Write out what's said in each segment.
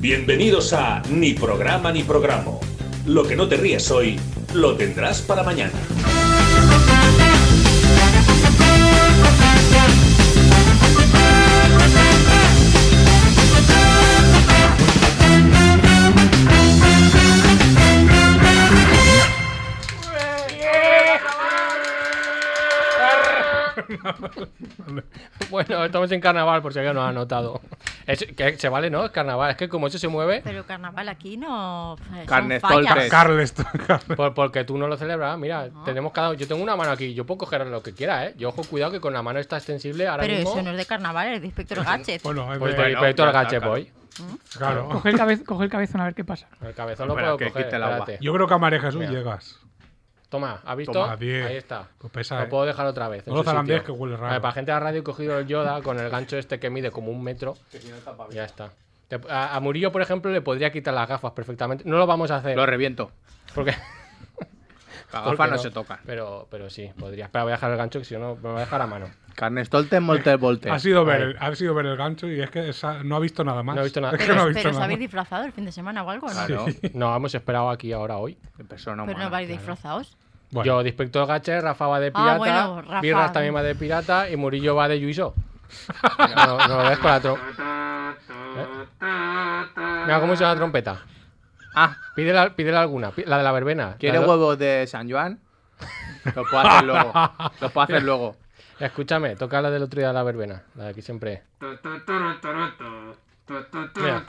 Bienvenidos a Ni programa ni programa. Lo que no te ríes hoy, lo tendrás para mañana. Bueno, estamos en carnaval, por si alguien no ha notado. Es- que se vale, ¿no? Carnaval. Es que como eso se mueve, Pero carnaval aquí no. son Carnestol fallas. tres. Carles, tú, Carles. por- porque tú no lo celebras. Mira, Ah. tenemos cada. Yo tengo una mano aquí. Yo puedo coger lo que quiera, ¿eh? Yo ojo, cuidado que con la mano está extensible ahora Pero mismo. eso no es de carnaval, es de Inspector Gadget. Bueno, es Pues de de- Bueno, Proyecto ya al está, gache, claro. voy. claro. Coge el, cabez- coge el cabezón a ver qué pasa. El cabezón lo Espera, puedo que coger. quite el agua. espérate. Yo creo que a María Jesús Mira. llegas. Toma, ¿has visto? Toma, diez. Ahí está. Pues pesa, Lo eh. puedo dejar otra vez. en No lo su zarandés, sitio. que huele raro. Vale, para gente de la radio he cogido el Yoda con el gancho este que mide como un metro. Ya está. Te- A, a Murillo, por ejemplo, le podría quitar las gafas perfectamente. No lo vamos a hacer. Lo reviento. Porque. La porque gafa no se toca. Pero, pero sí, podría. Espera, voy a dejar el gancho que si no me voy a dejar a mano. Carnestol te molte volte. Ha sido, ver el, ha sido ver el gancho y es que esa- no ha visto nada más. No he visto nada. Es que Pero no ha Pero, visto pero os nada habéis más. disfrazado el fin de semana o algo, ¿no? Claro. No, hemos esperado aquí ahora hoy. de Persona pero no humana. vais disfrazados. Bueno, Yo, de inspector Gache, Rafa va de pirata, Ah, bueno, Rafa. Birras también va de pirata y Murillo va de Yuiso. no, no lo ves con la trompeta. ¿Eh? Mira cómo suena la trompeta. Ah, Pídele, pídele alguna, pi- la de la verbena. ¿quiere La do- huevos de San Juan? Lo puedo hacer luego. Lo puedo hacer luego. Escúchame, toca la del otro día de la verbena, la de aquí siempre. Mira,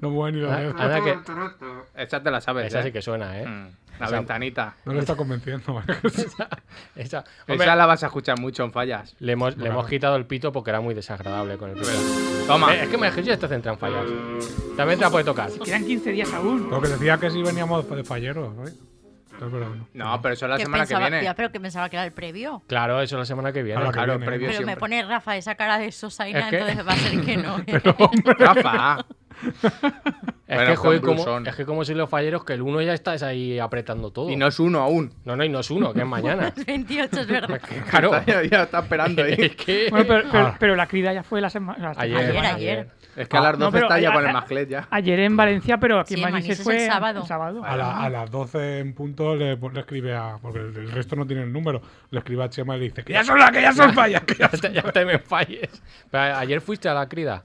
no mueve ni los anda- dedos. anda que- Esta te la sabes, esa ¿eh? sí que suena, ¿eh? Mm, La ventanita. No le está convenciendo. María Jesús. Esa, hombre, Esa la vas a escuchar mucho en fallas. le, hemos, le hemos quitado el pito porque era muy desagradable con el pito. Toma. Eh, es que me ya estás entrando en fallas. También te la puede tocar. Quedan 15 días aún. Lo que decía que si veníamos de falleros, ¿eh? No, pero no. No, pero eso es la Que semana que pensaba- viene. ya, pero que pensaba que era el previo. Claro, eso es la semana que viene. Ahora que claro, viene. previo Pero me siempre. pone Rafa esa cara de sosaina, Es que- entonces va a ser que no. Rafa. ah, Es, Bueno, que, joder, con como, blusón. es que como soy los falleros, que el uno ya estás ahí apretando todo. Y no es uno aún. no, no, y no es uno, que es mañana. Es 28 es verdad. Claro. Está- ya está esperando ahí. es que... Bueno, pero, pero- Ah. pero la crida ya fue la semana. Ayer, Ayer, semana, ayer. Es que a las No, 12 pero está ya a- con el a- masclet ya. Ayer en Valencia, pero aquí Sí, en en Manises Manises fue el sábado. A, la- a las 12 en punto le, le escribe a. Porque el, el resto no tiene el número. Le escribe a Chema y le dice: ¡Que ya son las que ya son fallas! que ya Ya te- ya te me falles. Pero a- ayer fuiste a la crida.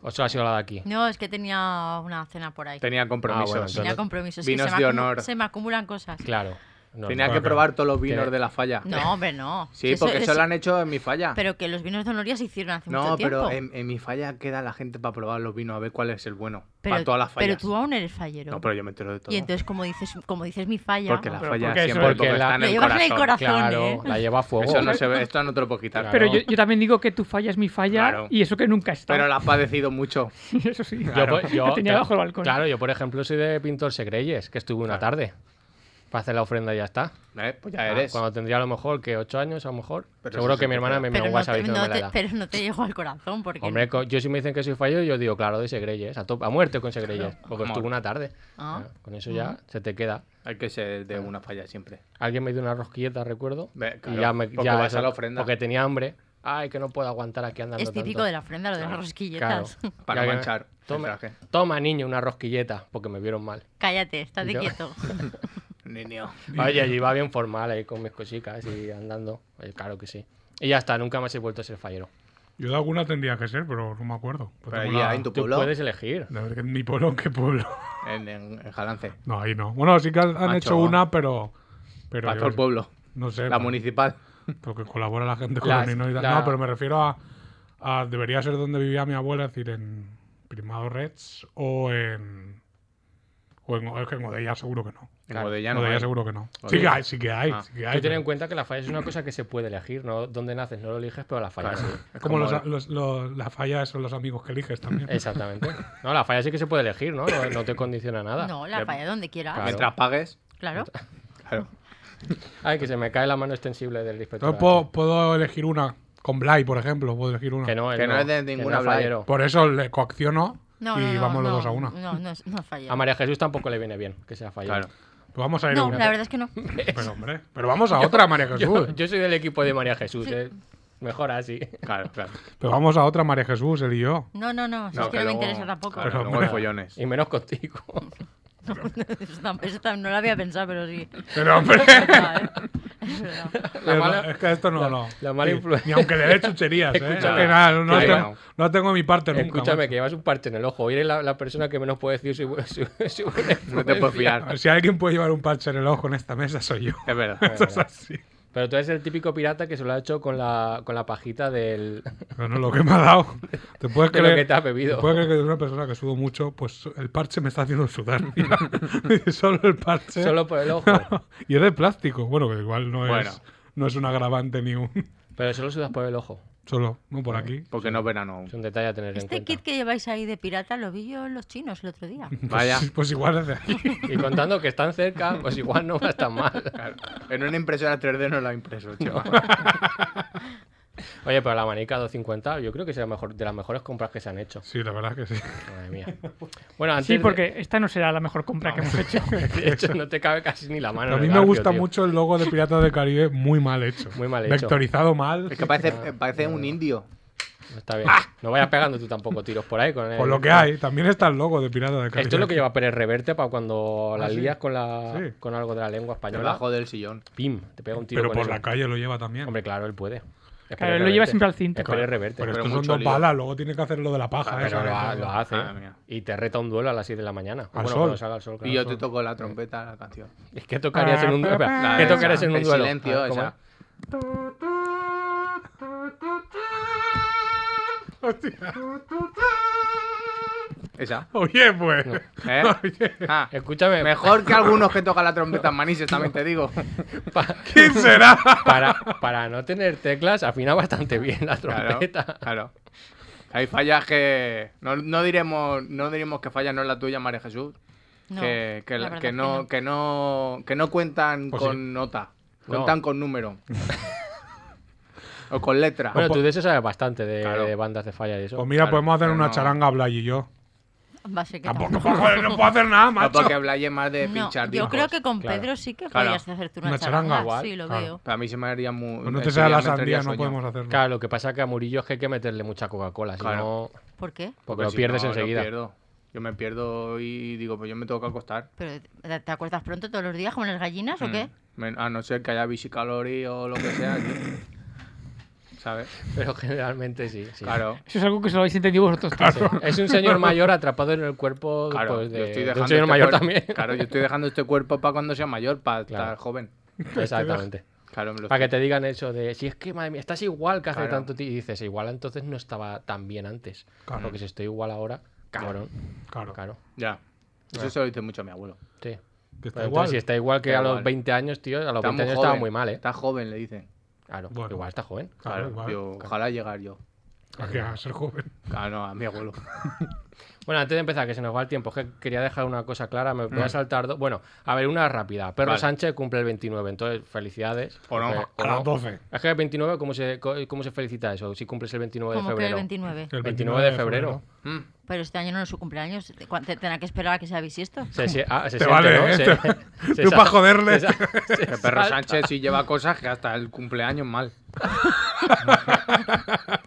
O sea, ha sido la de aquí. No, es que tenía una cena por ahí. Tenía compromisos. Ah, bueno, entonces- Tenía compromisos. Vinos que se me de acumu- honor. Se me acumulan cosas. Claro. No, Tenía no. que probar todos los vinos Que- de la falla. No, hombre, no. Sí, Que porque eso es- lo han hecho en mi falla. Pero que los vinos de honor ya se hicieron hace no, mucho tiempo. pero en, en mi falla queda la gente para probar los vinos, a ver cuál es el bueno. Pero- para todas las fallas. Pero tú aún eres fallero. No, pero yo me entero de todo. Y entonces, como dices, como dices mi falla. porque la Pero falla porque eso- siempre porque porque la- está en Lo el llevas en corazón. el corazón, ¿eh? Claro, la lleva a fuego. Eso no se ve, esto no te lo puedo quitar. Claro. Pero yo, yo también digo que tu falla es mi falla Claro. y eso que nunca está. Pero la has padecido mucho. eso sí. Yo, por- yo- la tenía yo- bajo el balcón. Claro, yo por ejemplo soy de pintor Segreyes, que estuve una tarde. Para hacer la ofrenda y ya está. Eh, Pues ya Ah, eres. Cuando tendría a lo mejor que 8 años, a lo mejor. Pero Seguro eso que sí mi que hermana me envió Pero un no, WhatsApp te, no diciéndome la te- edad. pero no te llegó al corazón, porque. Hombre, co- yo si me dicen que soy fallo, yo digo, claro, de Segreyes, a, top- a muerte con Segreyes, porque Amor. estuve una tarde. Ah. Ah, Con eso ya se te queda. Hay que ser de una falla siempre. Alguien me dio una rosquilleta, recuerdo. Ve, y claro, ya me porque ya vas a la ofrenda. Porque tenía hambre. Ay, que no puedo aguantar aquí andando. es típico tanto. de la ofrenda, lo de las rosquilletas. Claro. Para Ya que- manchar el Toma, traje. toma, niño, una rosquilleta, porque me vieron mal. Cállate, estate Yo- quieto. Niño. Oye, yo iba bien formal ahí con mis cositas y andando. Oye, claro que sí. Y ya está, nunca más he vuelto a ser fallero. Yo de alguna tendría que ser, pero no me acuerdo. Pues Pero tengo ahí la- hay en tu Tú pueblo, puedes elegir. la verdad que Ni pueblo, ¿en qué pueblo? en, en, en Jalance. No, ahí no. Bueno, sí que han han Macho. hecho una, pero. pero Para yo todo el qué sé. pueblo. No sé. La pues, municipal. Porque colabora la gente con La- la minoría. la- No, pero me refiero a, a- Debería ser donde vivía mi abuela, es decir, en Primado Reds o en. O en, es que en Godella seguro que no. En Claro. Godella En no Godella hay. seguro que no. Sí Godella. que hay, sí que hay. Ah. sí que hay, Tú ten en pero- cuenta que la falla es una cosa que se puede elegir, no donde naces, no lo eliges, pero la falla Claro. sí. Es como como los, el- los, los- la falla son los amigos que eliges también. Exactamente. No, la falla sí que se puede elegir, ¿no? No, no te condiciona nada. No, la falla donde quieras. Claro. Mientras pagues. Claro. Claro. Ay, que se me cae la mano extensible del inspector. Entonces puedo, puedo elegir una. Con Blay, por ejemplo, puedo elegir una. Que no, él Que no es de que ninguna es Blay. fallero. Por eso le coacciono No, y no, no, vamos los no, dos a una. No, no, es- no es fallero. A María Jesús tampoco le viene bien que sea fallero. Claro. Pues vamos a ir a No, una. la verdad es que no. Pues Pero, hombre, pero vamos a otra, María Jesús. Yo, yo soy del equipo de María Jesús. eh. Mejor así. Claro, claro. Pero vamos a otra, María Jesús, él y yo. No, no, no, si No, es que, no me luego- interesa tampoco. claro, Pero, luego hay hombre. follones. Y menos contigo. Eso tam- eso tam- no lo había pensado, pero sí. Pero, hombre, Es verdad, ¿eh? Es verdad. pero mala- es que esto no, la- no. la mala Ni- influencia. Ni aunque le dé chucherías, ¿eh? Escúchame. Que nada, no, Que tengo, bueno. no tengo mi parte nunca. Escúchame, que macho. llevas un parche en el ojo. Eres la, la persona que menos puede decir si, bu- si, si buena No te puedes influencia. A ver, fiar. Si alguien puede llevar un parche en el ojo en esta mesa, soy yo. Es verdad. Eso es así. Pero tú eres el típico pirata que se lo ha hecho con la, con la pajita del, No, no, lo que me ha dado. Te puedes de lo creer. que te has te bebido. puedes creer que de una persona que sudo mucho, pues el parche me está haciendo sudar. mira. Solo el parche. Solo por el ojo. y es de plástico. Bueno, que igual no Bueno. es, no es un agravante ni un. Pero solo sudas por el ojo. Solo, no por aquí. Porque no es verano aún. Es un detalle a tener en Este cuenta. kit que lleváis ahí de pirata lo vi yo en los chinos el otro día. Vaya. Pues, pues igual es de aquí. Y contando que están cerca, pues igual no va tan mal. Claro. En una impresora 3D no la ha impreso, chaval. Oye, pero la manica 250, yo creo que es la mejor, de las mejores compras que se han hecho. Sí, la verdad es que sí. Madre mía. Bueno, antes Sí, de- porque esta no será la mejor compra que hemos hecho. de, hecho no te cabe casi ni la mano. a en mí el me garfio, gusta tío. mucho el logo de Piratas del Caribe, muy mal hecho. Muy mal hecho. Vectorizado mal. Es que parece, eh, parece un indio. No Está bien. No vayas pegando tú tampoco tiros por ahí con el- Por lo que hay, también está el logo de Piratas del Caribe. Esto es lo que lleva Pérez Reverte para cuando las Ah, sí. lías con, la, Sí. con algo de la lengua española. Debajo del sillón. Pim, te pega un tiro. Pero con por eso. la calle lo lleva también. Hombre, claro, él puede. Es Claro, Pérez él lo lleva Reverte. siempre al cinto. Es Pérez Reverte. Pero, pero estos pero son mucho dos lío. balas, luego tiene que hacer lo de la paja. pero esa, lo, ha- esa. lo hace. Madre mía. Y te reta un duelo a las 6 de la mañana. Al bueno, sol. cuando salga el sol, claro. Y yo te toco la trompeta, la canción. Es que tocarías Ah. en un duelo. La- ¿Qué esa, tocarías en un el duelo? silencio, A ver, ¿cómo esa. es? Esa. Oye, pues. ¿Eh? Ah, Escúchame. mejor que algunos que tocan la trompeta en manises, también te digo. pa- ¿Quién será? para, para no tener teclas, afina bastante bien la Claro, trompeta. claro. Hay fallas que. No, no diremos, no diremos que falla no es la tuya, María Jesús. No, que, que, la la- verdad que es no, que no que no cuentan Pues con sí. nota, No. cuentan con número. o con letra. Bueno, tú de eso sabes bastante, de, Claro. de bandas de falla y eso. Pues mira, Claro, podemos hacer pero una no. charanga Blay y yo. Va a ser que Tampoco, tampoco. joder, no puedo hacer nada, No, macho. porque Blay es más de No, pinchar yo discos. creo que con Claro. Pedro sí que Claro. podrías hacerte una, Una charanga, igual, Sí, lo claro. veo. Para mí se me haría muy. No sería- te este sea la me entraría sandía, no sueño. podemos hacerlo. Claro, lo que pasa es que a Murillo es que hay que meterle mucha Coca-Cola, si Claro. no- ¿Por qué? Porque lo si pierdes no, enseguida. pierdo. Yo me pierdo y digo, pues yo me tengo que acostar. ¿Pero te, te acuerdas pronto todos los días como en las gallinas Mm. o qué? Hmm. Me- A no ser que haya bicicalori o lo que sea. yo- ¿Sabes? Pero generalmente sí. sí. Claro. Eso es algo que solo habéis entendido vosotros. Sí. Es un señor mayor atrapado en el cuerpo Claro, pues, de, yo estoy de dejando un señor este mayor cuerpo- también. Claro, yo estoy dejando este cuerpo para cuando sea mayor, para Claro. estar joven. Exactamente. Claro, me lo Para que te digan eso de si es que madre mía, estás igual que hace Claro. tanto tiempo. Y dices, igual entonces no estaba tan bien antes. Claro. Porque si estoy igual ahora, cabrón. Claro. Claro. Ya. Eso se lo dice mucho a mi abuelo. Sí. Que está Pero entonces, igual. si está igual que Está a los igual. 20 años, tío, a los Está 20 años joven, estaba muy mal, ¿eh? Está joven, le dicen. Claro, Bueno. igual está joven. Claro, Claro, igual. yo, ojalá llegar yo. Aquí a ser joven. Claro, no, a mi abuelo. Bueno, antes de empezar, que se nos va el tiempo, es que quería dejar una cosa clara, me voy a saltar dos. Bueno, a ver, una rápida. Perro Vale. Sánchez cumple el 29, entonces felicidades. O no, porque- A o las no. 12. Es que el 29, ¿cómo se, co- cómo se felicita eso? Si cumples el 29 de Como que el febrero. 29. El 29 de febrero. Mm. Pero este año no es su cumpleaños. ¿Te- cuán- te- Tendrá que esperar a que sea bisiesto. Se, sie- ah, se Te siente, vale, ¿no? ¿eh? Se, Tú sa- pa' joderle. se sa- se Que perro salta. Sánchez sí lleva cosas que hasta el cumpleaños mal.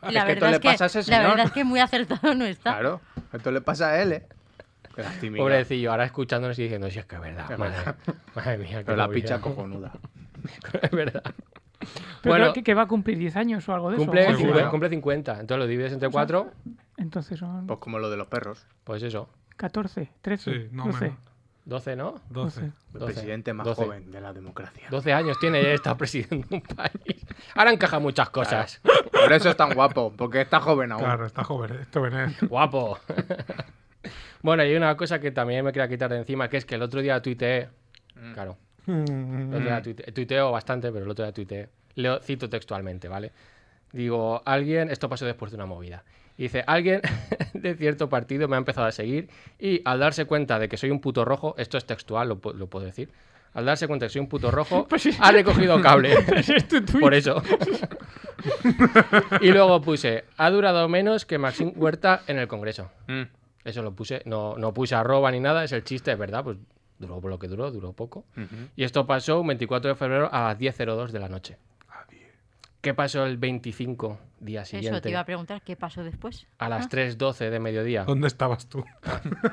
Y La Es que verdad todo le es que, pasa a ese la señor. verdad es que muy acertado no está. Claro. Esto le pasa a él, ¿eh? Qué lastimilla. Pobrecillo, ahora escuchándonos y diciendo, sí, es que es verdad, madre, madre mía, qué Pero la movida". picha cojonuda. Es verdad. Pero bueno, creo que, que va a cumplir 10 años o algo de cumple, eso. Seguro. cumple- cumple 50, entonces lo divides entre 4, Entonces son Pues como lo de los perros. pues eso, 14, 13, Sí, no 12. menos. 12, ¿no? 12. 12. El 12, presidente más 12. joven de la democracia. 12 años tiene y está presidiendo un país. Ahora encaja muchas cosas. Por eso es tan guapo, porque está joven aún. Claro, está joven. Esto viene. Guapo. bueno, y hay una cosa que también me quería quitar de encima, que es que el otro día tuiteé. Claro, el otro Mm. día tuite- tuiteo bastante, pero el otro día tuiteé. Leo, cito textualmente, ¿vale? Digo, alguien, esto pasó después de una movida. Y dice, alguien de cierto partido me ha empezado a seguir y al darse cuenta de que soy un puto rojo, esto es textual, lo, pu- lo puedo decir, al darse cuenta de que soy un puto rojo, Pues sí. Pues ha recogido cable. Por eso. y luego puse, ha durado menos que Maxim Huerta en el Congreso. Mm. Eso lo puse, no, no puse arroba ni nada, es el chiste, es verdad, pues duró por lo que Ah, duró, duró poco. Y esto pasó un 24 de febrero a las 10.02 de la noche. ¿Qué pasó el 25 día Eso, te siguiente? iba a Ah. preguntar qué pasó después. A las 3.12 de mediodía. Oh, ¿Dónde estabas tú?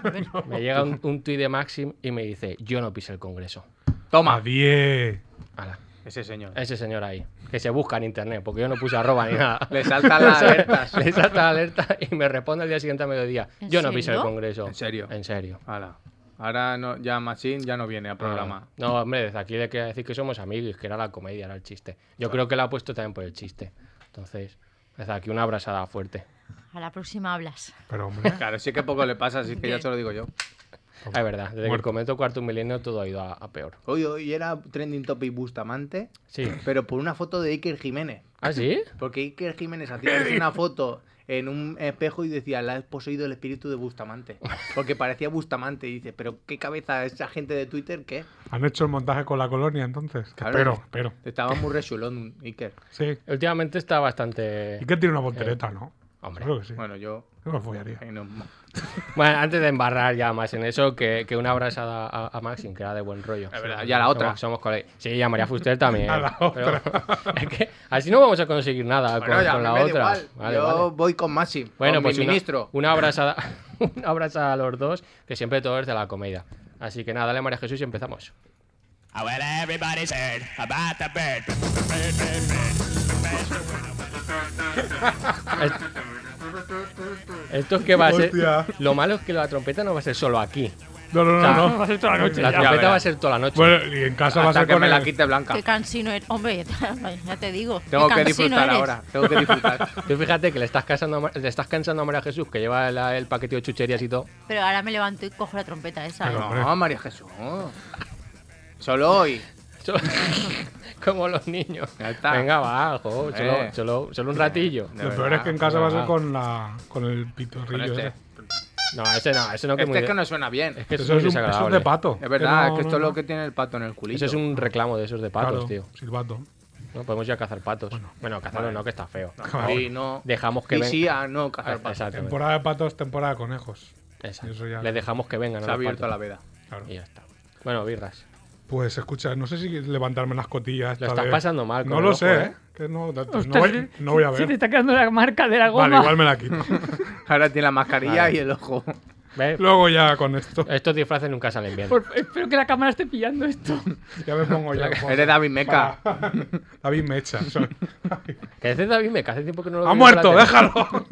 A ver, Me llega un, un tuit de Maxim y me dice, yo no pise el Congreso. A Toma. 10. Ala, Ese señor. ese señor ahí, que se busca en internet, porque yo no puse arroba ni nada. Le saltan las alertas. Le salta la alerta y me responde al día siguiente a mediodía. ¿En Yo no pise el serio? Congreso. ¿En serio? En serio. Hala. Ahora no, ya Machín ya no viene al programa. Ah, No, hombre, desde aquí le quería decir que somos amigos, que era la comedia, era el chiste. Yo creo que la ha puesto también por el chiste. Entonces, desde aquí una abrazada fuerte. a la próxima hablas. Pero hombre, Claro, sí que poco le pasa, así que ya se lo digo yo. Ah, Es verdad, desde que el Muerto. comento cuarto milenio todo ha ido a, a peor. Hoy, hoy era trending topic Bustamante, Sí. pero por una foto de Iker Jiménez. ¿Ah, sí? Porque Iker Jiménez hacía una foto en un espejo y decía, la ha poseído el espíritu de Bustamante. Porque parecía Bustamante. Y dice, pero qué cabeza esa gente de Twitter, ¿qué? ¿han hecho el montaje con la colonia entonces? Claro. Pero, pero. Estaba muy resulón, Iker. Sí. Últimamente está bastante... Y que tiene una voltereta, ¿no? Hombre. Creo que sí. Eh, Bueno, yo... Yo me follaría. ay, no, Bueno, antes de embarrar ya más en eso, que, que una abrazada a, a Maxim, que era de buen rollo. Es verdad, y a la otra. Somos, somos colegas. Sí, y a María Fuster también. A la otra. pero es que así no vamos a conseguir nada Bueno, con, ya, con la a mí me da otra. igual. Vale, yo vale. voy con Maxi, Bueno, con pues mi una- ministro. Una, abrazada, una abrazada a los dos, que siempre todo es de la comedia. Así que nada, dale María Jesús y empezamos. Es- Esto es que va a ser. Hostia. Lo malo es que la trompeta no va a ser solo aquí. No, no, sea, no, no. Va a ser toda la noche. La ya trompeta verás. va a ser toda la noche. Bueno, y en casa va a Hasta ser que con me la el- quite blanca. Qué cansino eres. Hombre, ya te, ya te digo. qué Tengo que cansino disfrutar eres. ahora. Tengo que disfrutar. Tú fíjate que le estás, cansando a Ma- le estás cansando a María Jesús, que lleva la- el paquetito de chucherías y todo. Pero ahora me levanto y cojo la trompeta esa. ¿eh? Pero- Hombre. No, María Jesús. Solo hoy. Solo- Como los niños. Ya está. Venga, va, jo, solo, Eh. solo- solo un ratillo. De Lo peor verdad. es que en casa va a ser Ah. con, la, con el Con pitorrillo. este. ese. No, ese no, ese no que Este muy- es que no suena bien. es que Eso es, un, eso es desagradable. de pato. Es verdad, no, es que esto no, es lo no. que tiene el pato en el culillo. Eso es un reclamo de esos de patos, Claro, tío. silbato. No podemos ir a cazar patos. Bueno, cazarlos no, que está feo. Ah, Y no. Dejamos que y ven- sí, ah, no, cazar pato. Exactamente. Temporada de patos, temporada de conejos. Exacto. Eso ya- Les dejamos que vengan Se a ha los abierto patos. la veda. Claro. Y ya está. Bueno, birras. Pues escucha, no sé si levantarme las cotillas. Lo esta estás vez. pasando mal con No el lo ojo, sé, ¿eh? ¿eh? Que no, no, Ostras, voy, se- no voy a se- Se te ver. está quedando la marca de la goma. Vale, igual me la quito. Ahora tiene la mascarilla Vale. y el ojo. ¿Ves? Luego ya con esto. Estos disfraces nunca salen bien. Por- espero que la cámara esté pillando esto. Ya me pongo yo. Eres David Meca. David Mecha. soy. Que es de David Meca, hace tiempo que no lo ¡Ha veo por la muerto! tele.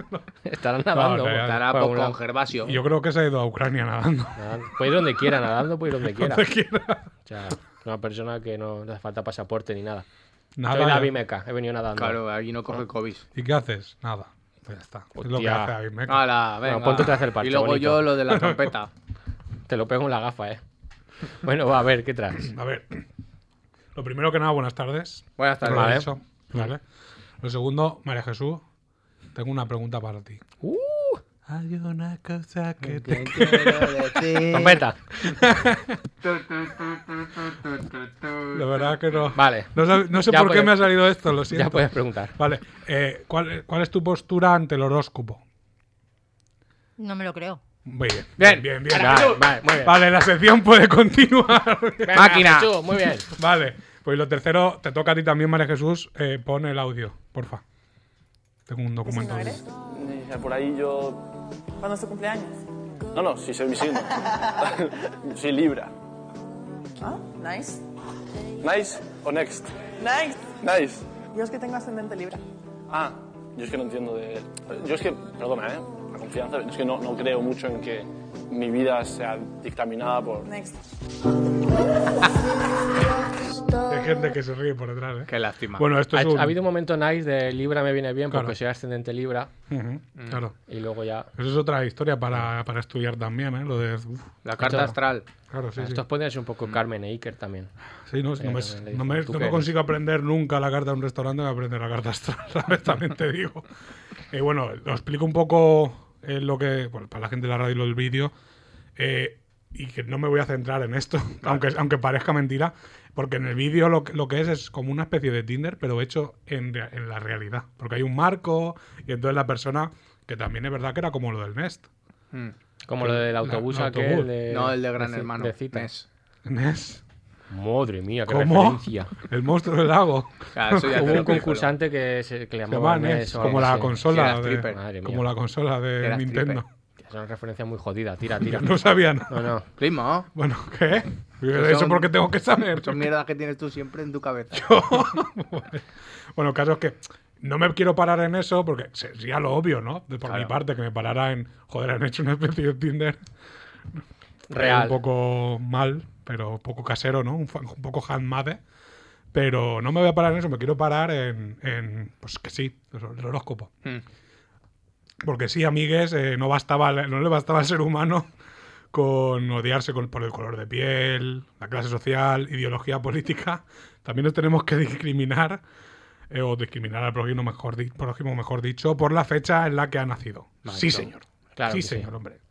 ¡Déjalo! Estarán nadando. No, no, ya- Estará Bueno, poco una- con Gervasio. Yo creo que se ha ido a Ucrania nadando. nadando. Puede ir donde quiera, nadando puede ir donde quiera. Donde quiera. O sea, una persona que no le hace falta pasaporte ni nada. Soy Nada. David Meca, he venido nadando. Claro, ahí no coge COVID. ¿Y qué haces? Nada. Pues ya está. Es lo que Hostia. hace David Meca. Hala, venga. ponte otra vez el parche, Y luego bonito. yo lo de la trompeta. Te lo pego en la gafa, eh. Bueno, va a ver, ¿qué traes? A ver. Lo primero que nada, buenas tardes. Buenas Te lo tardes. he Vale. dicho. Vale. Lo segundo, María Jesús, tengo una pregunta para ti. Uh, Hay una cosa que Te quiero decir. trompeta. La verdad que no. Vale. No, sab- no sé Ya por puedes- qué me ha salido esto, lo siento. Ya puedes preguntar. Vale. eh, ¿cuál, cuál es tu postura ante el horóscopo? No me lo creo. Muy bien. Bien. bien, Vale, vale, muy bien. Vale, la sección puede continuar. Venga, Máquina. Jesús, muy bien. vale. Pues lo tercero, te toca a ti también, María Jesús. Eh, pon el audio, porfa. Tengo un documento. de- Eh, Por ahí yo. ¿Cuándo es tu cumpleaños? No, no, sí soy mi signo. soy Libra. Ah, nice. Nice o next. Nice. Nice. Yo es que tengo ascendente libra. Ah, yo es que no entiendo de. Yo es que, perdona, ¿eh? La confianza. Es que no, no creo mucho en que mi vida sea dictaminada por. Next. Hay gente que se ríe por detrás, ¿eh? Qué lástima. Bueno, esto Ha, es un... ha habido un momento nice de Libra me viene bien porque Claro. soy ascendente Libra Ujú, Mm. Claro. y luego ya. Eso es otra historia para, para estudiar también, ¿eh? Lo de... uf, la carta astral. claro, sí, Mm. sí. Estos podrían ser un poco Carmen e Iker también. Sí, no, no me, también le no dicen, me- ¿tú no qué me eres? consigo aprender nunca la carta de un restaurante, me aprender la carta astral, ¿sabes? También te digo. Y bueno, os explico un poco eh, lo que, bueno, para la gente de la radio y del vídeo, eh, y que no me voy a centrar en esto, aunque, aunque parezca mentira, porque en el vídeo lo, que- lo que es es como una especie de Tinder, pero hecho en, rea- en la realidad, porque hay un marco y entonces la persona, que también es verdad que era como lo del Nest. Mm. Como lo del autobús la- aquel autobús. Eh, de. No, el de Gran ci- Hermano. De citas. Nes. Nest. Madre mía, qué ¿Cómo? referencia. El monstruo del lago. Claro, eso ya te Hubo lo un pico, concursante que, se, que le eh, Se llamaba llama NES, Ness o ¿eh? como algo la así. Sí, consola era stripper. de, Madre mía. como la consola de Era Nintendo. Es una referencia muy jodida. Tira, tira. No sabía nada. No, no. Primo, Bueno, ¿qué? Yo Que de eso Pues son- porque tengo que saber. son mierdas que tienes tú siempre en tu cabeza. Bueno, el caso es que no me quiero parar en eso porque sería lo obvio, ¿no? De por mi parte, que me parara en. Joder, han hecho una especie de Tinder. Eh, Real. Un poco mal, pero un poco casero, ¿no? Un, fa- un poco handmade. Pero no me voy a parar en eso, me quiero parar en. en, pues que sí, eso, el horóscopo. Porque sí, amigues, eh, no, bastaba, no le bastaba al ser humano con odiarse con- por el color de piel, la clase social, ideología política. También nos tenemos que discriminar, eh, o discriminar al prójimo mejor, di- prójimo, mejor dicho, por la fecha en la que ha nacido. sí, señor. Claro sí, que sí. señor, hombre.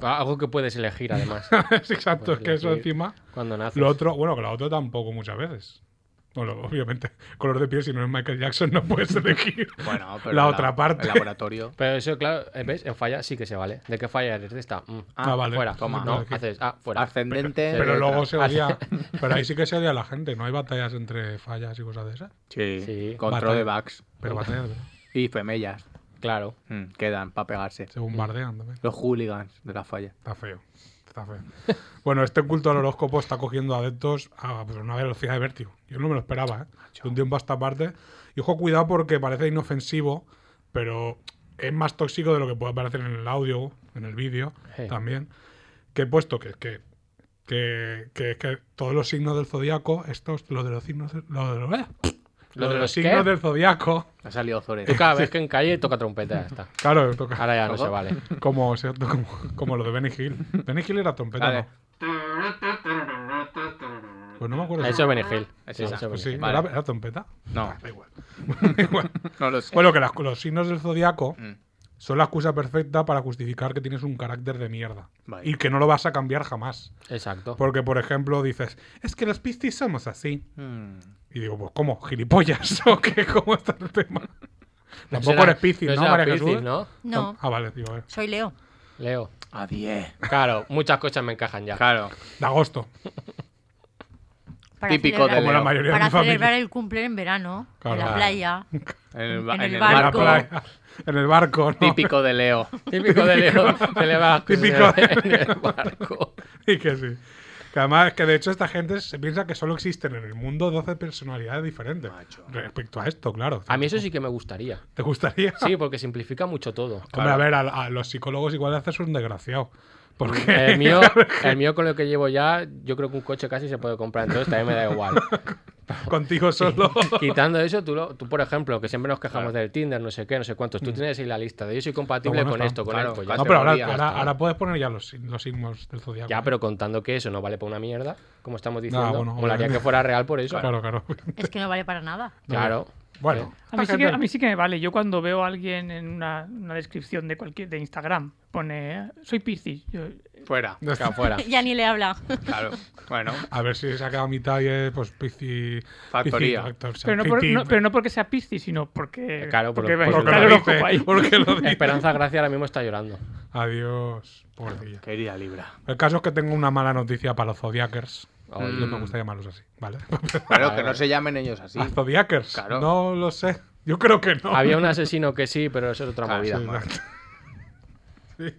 Ah, Algo que puedes elegir, además, Es Exacto, es que eso elegir. encima... cuando naces. Lo otro, bueno, que la otra tampoco muchas veces. Bueno, obviamente, color de piel, si no es Michael Jackson, no puedes elegir Bueno, pero la el otra la- parte. El laboratorio. Pero eso, claro, eh, ¿ves? En falla sí que se vale. ¿De qué falla eres? De esta. Mm. Ah, vale. Fuera. Toma. No, Vale, aquí. haces. Ah, fuera. Ascendente. Pero etcétera. luego se odia. Pero ahí sí que se odia a la gente, no hay batallas entre fallas y cosas de esas. Sí. Sí. Control de bugs. Pero batallas, Y femellas. Claro. Mm, Quedan para pegarse. se bombardean también. Los hooligans de la falla. Está feo. Está feo. Bueno, este culto al horóscopo está cogiendo adeptos a pues, una velocidad de vértigo. Yo no me lo esperaba, ¿eh? De un tiempo a esta parte. Y ojo, cuidado porque parece inofensivo, pero es más tóxico de lo que puede aparecer en el audio, en el vídeo Sí. también. Que he puesto que, que, que, que, que todos los signos del zodiaco, estos, los de los signos. del- Lo de, los- ¡eh! ¿Lo Lo de de los los qué? signos del zodiaco. Ha salido Zore. Tú cada vez que en calle toca trompeta, ya está. Claro, toca- Ahora ya no se vale. Como, cierto, como, como lo de Benny Hill. Benny Hill era trompeta, Vale. ¿no? Pues no me acuerdo. Eso es Benegil. Es Sí, esa. Ah, eso Pues es sí, Benegil. ¿era, era trompeta? Ah, No, Da igual. Da igual. no lo sé. bueno, que las- los signos del zodiaco Mm. son la excusa perfecta para justificar que tienes un carácter de mierda. Vale. Y que no lo vas a cambiar jamás. Exacto. Porque, por ejemplo, dices, es que los pistis somos así. Mm. Y digo, pues, ¿cómo? ¿Gilipollas? ¿O qué? ¿Cómo está el tema? Tampoco será- eres piscis, ¿no, será María Piscis, Jesús? ¿no? No, Ah, vale, digo, eh, soy Leo. Leo. A 10. Claro, muchas cosas me encajan ya. Claro. De agosto. Para Típico celebrar- de Como la Leo. mayoría de Para mi familia. celebrar el cumple en verano, Claro. en la Claro. playa. En el, ba- En en el el En la barco. barco. playa. En el barco, ¿no? Típico de Leo. Típico de Leo. Se le va a Típico de en el barco. Y que sí. Que además, que de hecho esta gente se piensa que solo existen en el mundo 12 personalidades diferentes. Respecto a esto, claro. A mí eso sí que me gustaría. ¿Te gustaría? Sí, porque simplifica mucho todo. Hombre, a ver, a, a los psicólogos igual haces un desgraciado. Porque El mío, el mío con lo que llevo ya, yo creo que un coche casi se puede comprar, entonces también me da igual. contigo solo. Quitando eso, tú, lo- tú, por ejemplo, que siempre nos quejamos del Tinder, no sé qué, no sé cuántos, tú tienes ahí la lista de yo soy compatible No, Mm. bueno, con está. esto, con Claro, esto. Ya, pero, No, pero ahora, Ya está. ahora, ahora puedes poner ya los, los signos del zodiaco. ya, ¿eh? pero contando que eso no vale para una mierda, como estamos diciendo, bueno, molaría obviamente. que fuera real por eso. Claro. Claro, claro. Es que no vale para nada. Bueno, A mí, esta sí que, gente- a mí sí que me vale. Yo cuando veo a alguien en una, una descripción de cualquier de Instagram, pone soy Piscis. Yo, Fuera. que afuera. ya ni le habla. Claro. Bueno. A ver si se ha quedado a mitad y es pues pisci... Factoría. pisci- factor- o sea, pero, no por- pisci- no- pero no porque sea Piscis, sino porque. Claro, porque, por- porque está lo el dice, horóscopo ahí. porque lo dice. Esperanza Gracia ahora mismo está llorando. Adiós, pobrecilla. Querida Libra. El caso es que tengo una mala noticia para los Zodiacers. Ay. No me gusta llamarlos así, ¿vale? Claro, que no se llamen ellos así. Los Zodiacers. Claro. No lo sé. Yo creo que no. Había un asesino que sí, pero eso es otra Ah, movida. sí. Exacto. Sí.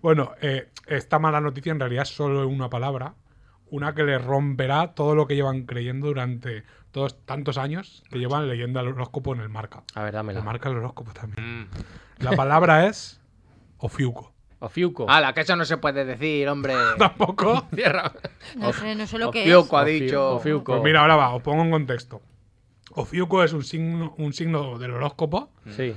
Bueno, eh, esta mala noticia en realidad es solo una palabra. Una que les romperá todo lo que llevan creyendo durante todos tantos años que llevan leyendo el horóscopo en el marca. A ver, El dámela. marca el horóscopo también. La palabra es Ofiuco. Ofiuco. Ala, que eso no se puede decir, hombre. Tampoco. Tierra. No sé, no sé lo que es. Opioco ha dicho. Ofiuco. Pues mira, ahora va, os pongo en contexto. Ofiuco es un signo, un signo del horóscopo Sí.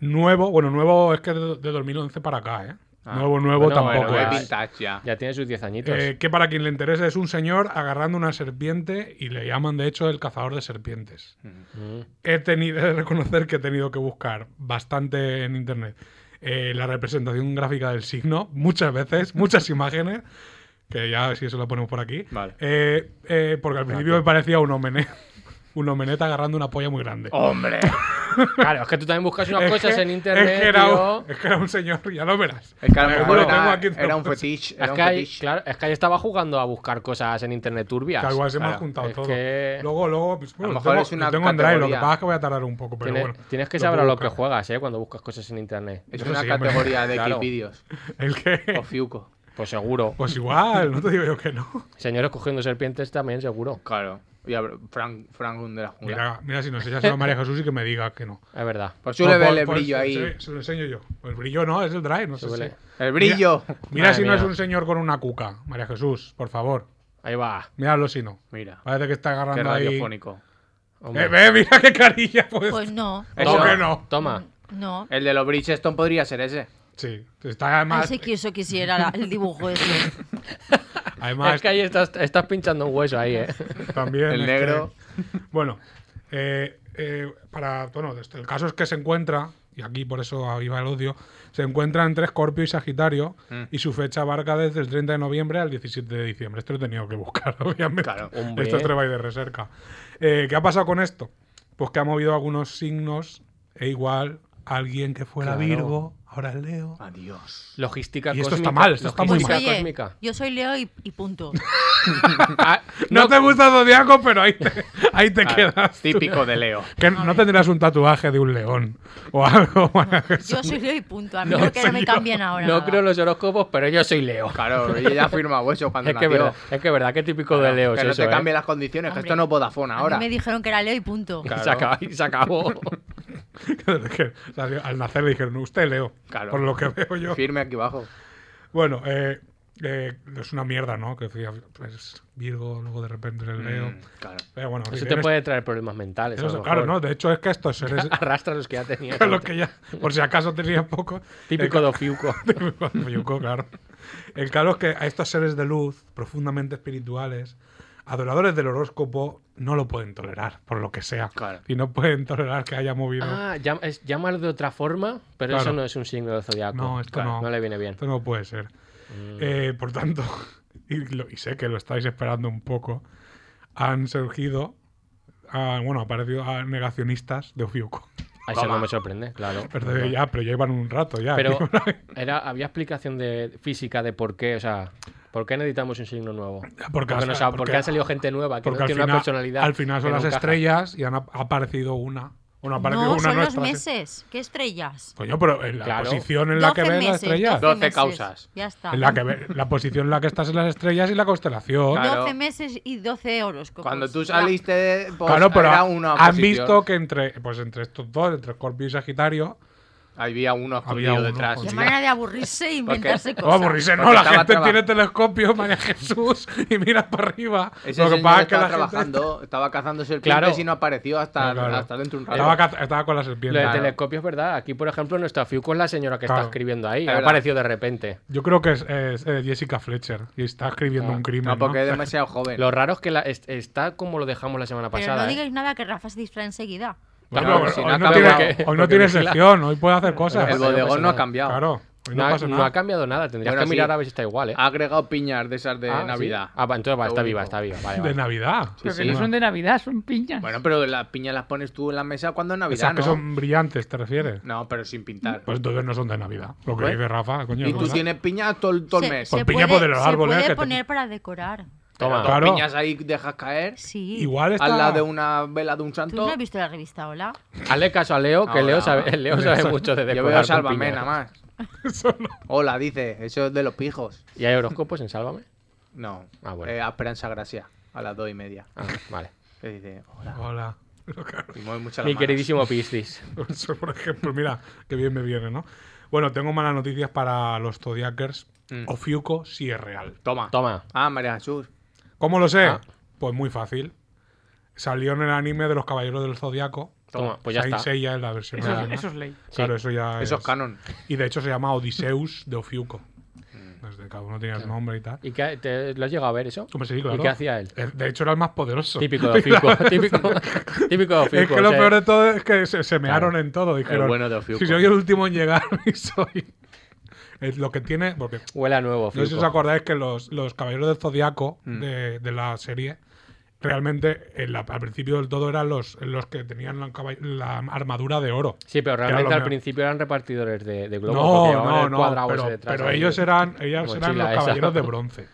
nuevo. Bueno, nuevo es que de, de 2011 para acá, ¿eh? Nuevo, nuevo Ah, Bueno, tampoco. bueno, es. Fue ya- vintage ya. Ya tiene sus 10 añitos. Eh, que para quien le interese es un señor agarrando una serpiente y le llaman de hecho el cazador de serpientes. Mm. He tenido he de reconocer que he tenido que buscar bastante en internet eh, la representación gráfica del signo, muchas veces, muchas imágenes, que ya si eso lo ponemos por aquí, Vale. Eh, Oh, eh, porque al principio me parecía un homenet, un homenet agarrando una polla muy grande. Hombre. Claro, es que tú también buscas unas Es cosas que- en internet, es que, era un, tío. es que era un señor, ya lo verás. Es que a lo Yo mejor lo tengo era, aquí en era un todos. fetiche. Es Era un que, ahí, fetiche. claro, es que ahí estaba jugando a buscar cosas en internet turbias. Que igual se me ha Claro, juntado es todo. que Luego, luego, pues, bueno, lo lo mejor tengo, es una lo tengo en Drive, lo que categoría. pasa es que voy a tardar un poco, pero tiene- bueno. tienes que lo saber a puedo lo que buscar. juegas, ¿eh? Cuando buscas cosas en internet. Es Eso una sí, hombre. categoría de Claro. Xvideos. El que. O Fiuco. Pues seguro. Pues igual, no te digo yo que no. Señores cogiendo serpientes también, seguro. Claro. Y a ver, Frank, Frank de la jungla. Mira, mira si nos enseñas a María Jesús y que me diga que no. Es verdad. Por si le Por- ve el por- brillo se- ahí. Se, se lo enseño yo. El brillo no, es el Drive, no Se sé si- huele. ¡El brillo! Mira Madre si no mía. es un señor con una cuca, María Jesús, por favor. Ahí va. Míralo si no. Mira. Parece que está Qué agarrando ahí. radiofónico. Eh, Hombre. ve, mira qué carilla, pues. Pues no. No, Eso- que no. Toma. No. El de los Bridgestone podría ser ese. Sí, está además. Ese que eso quisiera la- el dibujo ese. además es que ahí estás, estás pinchando un hueso ahí, ¿eh? también. El es negro. que- bueno, eh, eh, para. Bueno, esto- el caso es que se encuentra, y aquí por eso ahí va el odio, se encuentra entre Scorpio y Sagitario, Mm. y su fecha abarca desde el 30 de noviembre al 17 de diciembre. Esto lo he tenido que buscar, obviamente. Claro, hombre. Esto es trabajo de recerca. Eh, ¿Qué ha pasado con esto? Pues que ha movido algunos signos, e igual alguien que fuera Claro. Virgo, ahora es Leo. Ah. Adiós. Logística Y esto cósmica. está mal, esto está muy logística Pues mal. oye, cósmica. yo soy Leo y, y punto. Ah, No, no, te gusta Zodiaco, pero ahí te, ahí te quedas. tú. Ah, Típico de Leo. Que no tendrás un tatuaje de un león o algo. María Jesús. Yo soy Leo y punto. A mí no, que no me cambien ahora. no nada. creo en los horóscopos, pero yo soy Leo. Claro, ella ya firma hueso cuando Es que, nació. verdad, es que verdad, qué típico de Leo que es no eso, te ¿eh? cambien las condiciones, que Hombre, esto no es Vodafone A mí ahora. me dijeron que era Leo y punto. Y se acaba- y se acabó. Desde que salió- al nacer le dijeron, usted Leo, Claro. por lo que veo yo. Firme aquí abajo. Bueno, eh, eh, es una mierda, ¿no? Que decía, pues, Virgo, luego de repente el Leo. Mm, claro. Pero bueno, Eso sí, te eres- puede traer problemas mentales. a eres- lo claro, no, mejor. de hecho es que estos seres, Arrastra los que ya tenías. los que ya, por si acaso tenías poco, Típico de Ofiuco. Típico de Fuyuko, claro. El caso es que a estos seres de luz, profundamente espirituales, adoradores del horóscopo, no lo pueden tolerar, por lo que sea. Claro. Y no pueden tolerar que haya movido. Ah, llam- es- llámalo de otra forma, pero eso Claro. no es un signo del zodiaco. No, esto no. le viene bien. Mm. Esto no puede ser. Eh, por tanto, y, lo- y sé que lo estáis esperando un poco, han surgido, ah, bueno, han aparecido ah, negacionistas de Ofiuco. Ah, Eso no me sorprende, claro. Pero, de- ya, pero ya iban un rato, ya. Pero era, había explicación de física de por qué, o sea, por qué necesitamos un signo nuevo. porque nos ha- porque ha salido gente nueva que no tiene una personalidad. Al final que son no las encaja. estrellas y han ap- ha aparecido una. Bueno, ha aparecido No, una son los nuestra. sí. meses. ¿Qué estrellas? Coño, pero en la Claro. posición en la que 12 ves las meses, estrellas. 12 12 meses. causas. Ya está. En la, que ve- la posición en la que estás en las estrellas y la constelación. Claro. 12 meses y 12 horóscopos. Cuando tú Ya. saliste, pues, Claro, pero era ha- una han oposición. visto que entre, pues entre estos dos, entre Scorpio y Sagitario, Había uno Había escondido uno detrás. Qué escondido. manera de aburrirse e inventarse no cosas. aburrirse, no, Porque la estaba gente traba- tiene telescopio, María Jesús, y mira para arriba. Ese Lo que señor pasa es que estaba la gente trabajando, estaba cazando serpientes Claro. y no apareció hasta, No, claro. hasta dentro de un rato. estaba, ca- estaba con la Lo serpiente. del Claro. telescopio es verdad. Aquí, por ejemplo, nuestra Fiuco es la señora que Claro. está escribiendo ahí. Es Ha verdad. aparecido de repente. Yo creo que es, es, eh, Jessica Fletcher y está escribiendo Ah. un crimen. No, porque ¿no? es demasiado joven. Lo raro es que la- es- está como lo dejamos la semana Pero pasada. no ¿eh? digáis nada que Rafa se distrae enseguida. Bueno, Claro, pero si no hoy ha no cambiado. tiene, Porque- hoy no porque tiene vigila. sección, hoy puede hacer cosas. El pasa bodegón no nada. ha cambiado. Claro, hoy no, No ha, pasa no nada. ha cambiado nada. Tendrías Bueno, que mirar sí. a ver si está igual, Ah, ¿eh? Ha agregado piñas de esas de Ah, sí. Navidad. Ah, va, entonces va, Lo está viva, único. está viva. Vale, De vale. Navidad. Pero que no son de Navidad, son piñas. Bueno, pero las piñas las pones tú en la mesa cuando es Navidad, pues. Esas ¿no? que son brillantes, ¿te refieres? No, pero sin pintar. Pues entonces no son de Navidad. Lo que Pues- dice Rafa, coño. y ¿no? tú tienes piñas todo, el- todo el Se- mes. Pues se piña puede- por de los árboles, Se ¿eh? que te- puede poner para decorar. Toma. Dos Claro. piñas ahí dejas caer. Sí. Igual está... Al lado de una vela de un ¿Tú santo. no has visto la revista Hola? Hazle caso a Leo, que Ahora. Leo sabe, Leo sabe mucho de decorar. Yo veo con Sálvame piñas. nada más. Eso no. Hola, dice. Eso es de los pijos. ¿Y hay horóscopos en Sálvame? No. Ah, bueno. eh, a Esperanza Gracia. A las dos y media. Ah, vale. Que dice, hola. Hola. Pero claro, Y mueve mucho las Mi manos. queridísimo Piscis. eso, por ejemplo, mira, qué bien me viene, ¿no? Bueno, tengo malas noticias para los Zodiacers. Mm. Ofiuco sí es real. Toma. Toma. Ah, María Jesús. ¿Cómo lo sé? Ah. Pues muy fácil. Salió en el anime de los Caballeros del Zodiaco. Toma, pues ya Saint está. Seiya es la versión eso, es, original. eso es ley. Claro, eso ya Eso es canon. Y de hecho se llama Odiseus de Ofiuco. Desde cada uno tenía su nombre y tal. ¿Y qué, te, lo has llegado a ver eso? Hombre, sí, claro. ¿Y qué hacía él? Eh, De hecho, era el más poderoso. Típico de Ofiuco. típico, típico de Ofiuco. Es que lo o sea, peor de todo es que se, se mearon en todo. Dijeron, bueno de Ofiuco. si soy el último en llegar y soy... Es lo que tiene... Porque Huele a nuevo, no sé si Ofiuco. Mm. os acordáis que los, los Caballeros del Zodiaco de, de la serie realmente en la- al principio del todo eran los, los que tenían la, caba- la armadura de oro. Sí, pero Que era realmente lo al meo- principio eran repartidores de, de globos. porque No, llevaban no, el no, cuadrado pero, ese detrás pero ahí. ellos eran, ellos Mochila eran los esa. caballeros de bronce.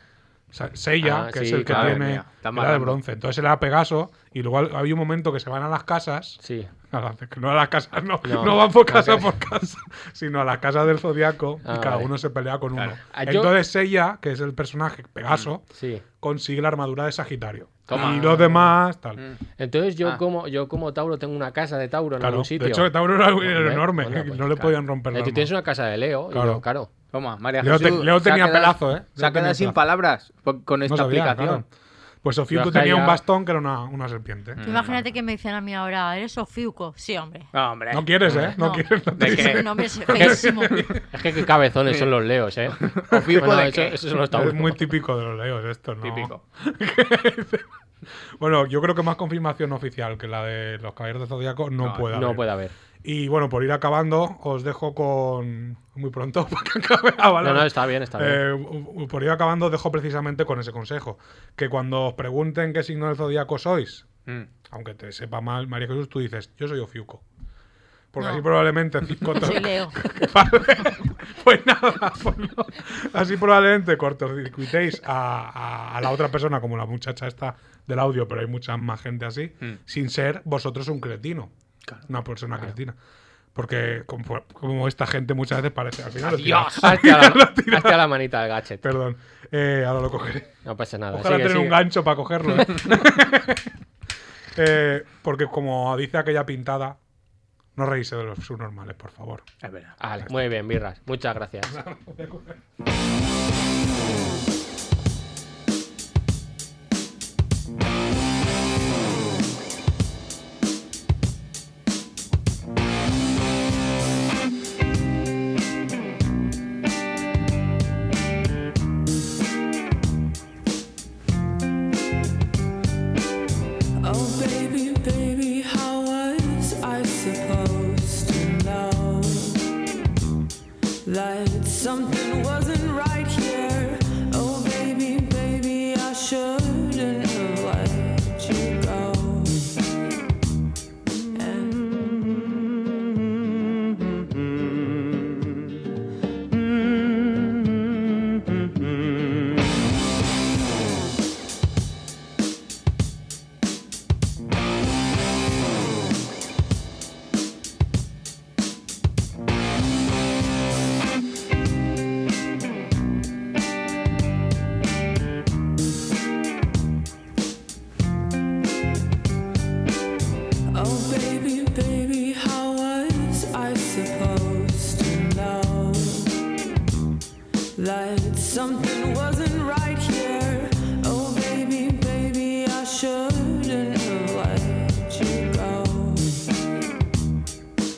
O sea, Sella, Ah, que es sí, el que claro. tiene, Mira, está era de matando. bronce. Entonces era Pegaso y luego había un momento que se van a las casas Sí. a las- que no a las casas, no, No. no van por casa Ok. por casa, sino a las casas del zodiaco Ah, y cada vale. uno se pelea con Claro. uno. Ah, yo- Entonces ella, que es el personaje Pegaso, Sí. consigue la armadura de Sagitario. Toma. Y los demás, Mm. tal. Entonces yo Ah. como yo como Tauro tengo una casa de Tauro en Claro, algún sitio. de hecho, Tauro era, era Hombre, enorme, bueno, pues, no le claro. podían romper Eh, la Tú tienes una casa de Leo, y Claro. yo, claro. Toma, María Leo, Jesús. te- Leo se ha tenía quedado- pelazo, ¿eh? Se ha Leo tenía quedado sin pelazo. palabras por- con esta No sabía, aplicación. claro. Pues Sofiuco Pero es que tenía un ya- bastón que era una, una serpiente. Mm. Tú imagínate que me dicen a mí ahora, ¿eres Sofiuco? Sí, hombre. No, hombre. No quieres, ¿eh? No, quieres. no ¿De te- qué? Es un hombre es feísimo. Es que qué cabezones son los Leos, ¿eh? Ofiuco Bueno, de eso, qué. eso son los Es Tauros. muy típico de los leos esto, ¿no? Típico. Bueno, yo creo que más confirmación oficial que la de los caballeros de Zodíaco no, No, puede haber. No puede haber. Y bueno, por ir acabando, os dejo con. Muy pronto, porque acabe. Ah, vale. No, no, está bien, está bien. Eh, u- u- por ir acabando, os dejo precisamente con ese consejo: que cuando os pregunten qué signo del zodíaco sois, Mm. aunque te sepa mal, María Jesús, tú dices, yo soy Ofiuco. Porque No. así probablemente cinco Soy Leo. Vale. Pues nada, pues no. así probablemente cortocircuitéis a, a- a la otra persona, como la muchacha esta del audio, pero hay mucha más gente así, Mm. sin ser vosotros un cretino. Una persona cretina. Porque como, como esta gente muchas veces parece al final. lo tira- Dios, hazte a la, hazte a la manita del gadget. Perdón, eh, ahora lo cogeré. No pasa nada. Ojalá Sigue, tener un sigue. gancho para cogerlo. ¿eh? Eh, porque como dice aquella pintada, no reíse de los subnormales, por favor. Es verdad. Vale, muy bien, Birras. Muchas gracias. Oh, baby, baby, how was I supposed to know that something wasn't right here? Oh, baby, baby, I shouldn't have let you go. Oh, baby, baby, how was I supposed to know that something wasn't right here? Oh, baby, baby, I shouldn't have let you go.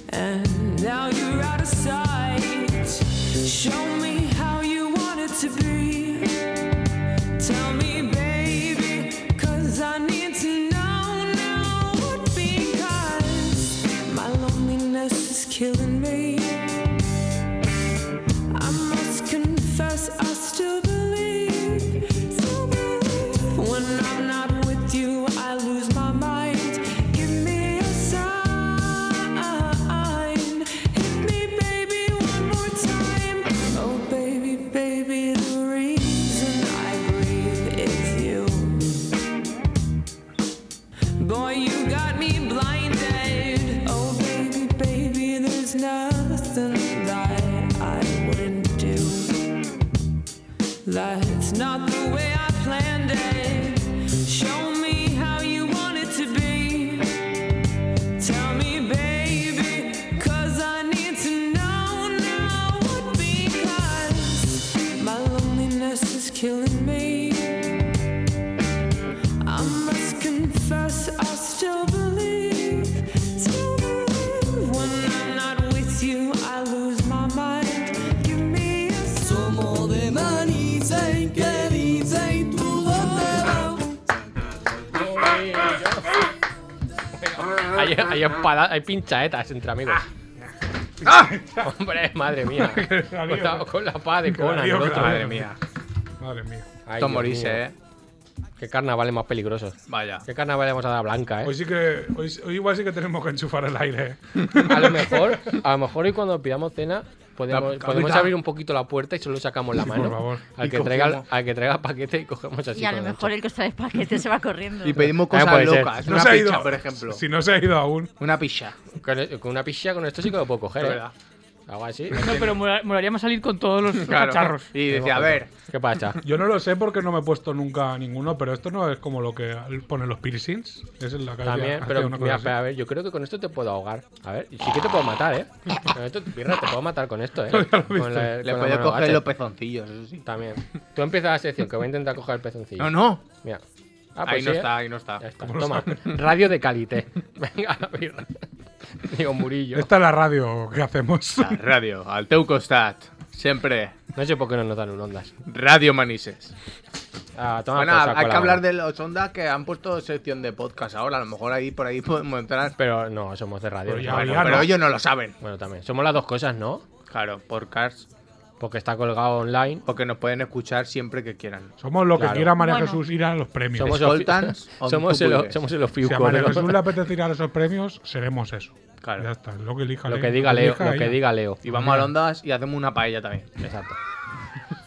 And now you're out of sight. Show me how you want it to be. Tell me, baby, 'cause I need to know now because my loneliness is killing me. I must confess, I still believe. still believe. When I'm not with you, I lose my mind. Give me a sign. Hit me, baby, one more time. Oh, baby, baby, the reason I breathe is you. Boy, you got me blinded. Oh, baby, baby, there's nothing that I wouldn't do. That's not the way I planned it. Show me how you want it to be. Tell me, baby, 'cause I need to know now. Because my loneliness is killing me. I must confess, I still believe. Still believe. When I'm not with you, I lose my mind. Give me a Somos de Manizai, que dicen tú dónde vas. Hay, hay, espada- hay pinchaetas entre amigos. Hombre, madre mía. Cuidado con la paz de Conan. Ah. lío, el otro. que la lío. Madre mía. Madre mía. Ay, Esto Dios morirse, mío. ¿eh? Qué carnavales más peligrosos. Vaya. Qué carnaval le vamos a dar a Blanca, ¿eh? Hoy sí que. Hoy, hoy igual sí que tenemos que enchufar el aire. ¿eh? A lo mejor, a lo mejor hoy cuando pidamos cena podemos, Capita. podemos abrir un poquito la puerta y solo sacamos la Sí, mano por favor. al Y que traiga el- cogemos. al que traiga el paquete y cogemos así. Y a con lo el mejor el que os trae el paquete se va corriendo. Y pedimos También cosas puede ser. locas. No una se ha pizza, ido. Eh, por ejemplo. Si no se ha ido aún. Una pizza. Con, con una pizza con esto sí que lo puedo coger. ¿eh? Algo así. No, pero mola- molaría más salir con todos los cacharros. Y decía, a ver, ¿Qué pasa? Yo no lo sé porque no me he puesto nunca ninguno, pero esto no es como lo que ponen los piercings. Es en la calle. También, hace pero una cosa mira, así. espera, a ver, yo creo que con esto te puedo ahogar. A ver, sí que te puedo matar, ¿eh? Con esto, birra, te puedo matar con esto, ¿eh? Con la- le con la puedes mano coger gacha. los pezoncillos, eso sí. También. Tú empiezas la sección, que voy a intentar coger el pezoncillo. No, no. Mira. Ah, ahí pues no sí, ¿eh? está, ahí no está. Ya está, toma. Radio de calité. Venga, la birra. Digo, Murillo. Esta es la radio que hacemos. La radio, al teu costat. Siempre, No sé por qué no nos dan un ondas. Radio Manises. Ah, toma Bueno, por hay saco que la hablar mano. de los ondas que han puesto sección de podcast ahora. A lo mejor ahí por ahí podemos entrar. Pero no, somos de radio. Pero ya no, había- bueno, Pero no. ellos no lo saben. bueno, también. Somos las dos cosas, ¿no? Claro, podcast. Porque está colgado online. Porque nos pueden escuchar siempre que quieran. Somos lo Claro. que quiera María Bueno. Jesús ir a los premios. Somos Escoltans el, on somos tu el, vulgues. somos el si a ofiuco. María de los- Jesús le apetece ir a esos premios, seremos eso. Claro. Ya está, lo que elija Lo Leo, que diga Leo, elija lo que ella. diga Leo. Y vamos al ondas y hacemos una paella también. Exacto.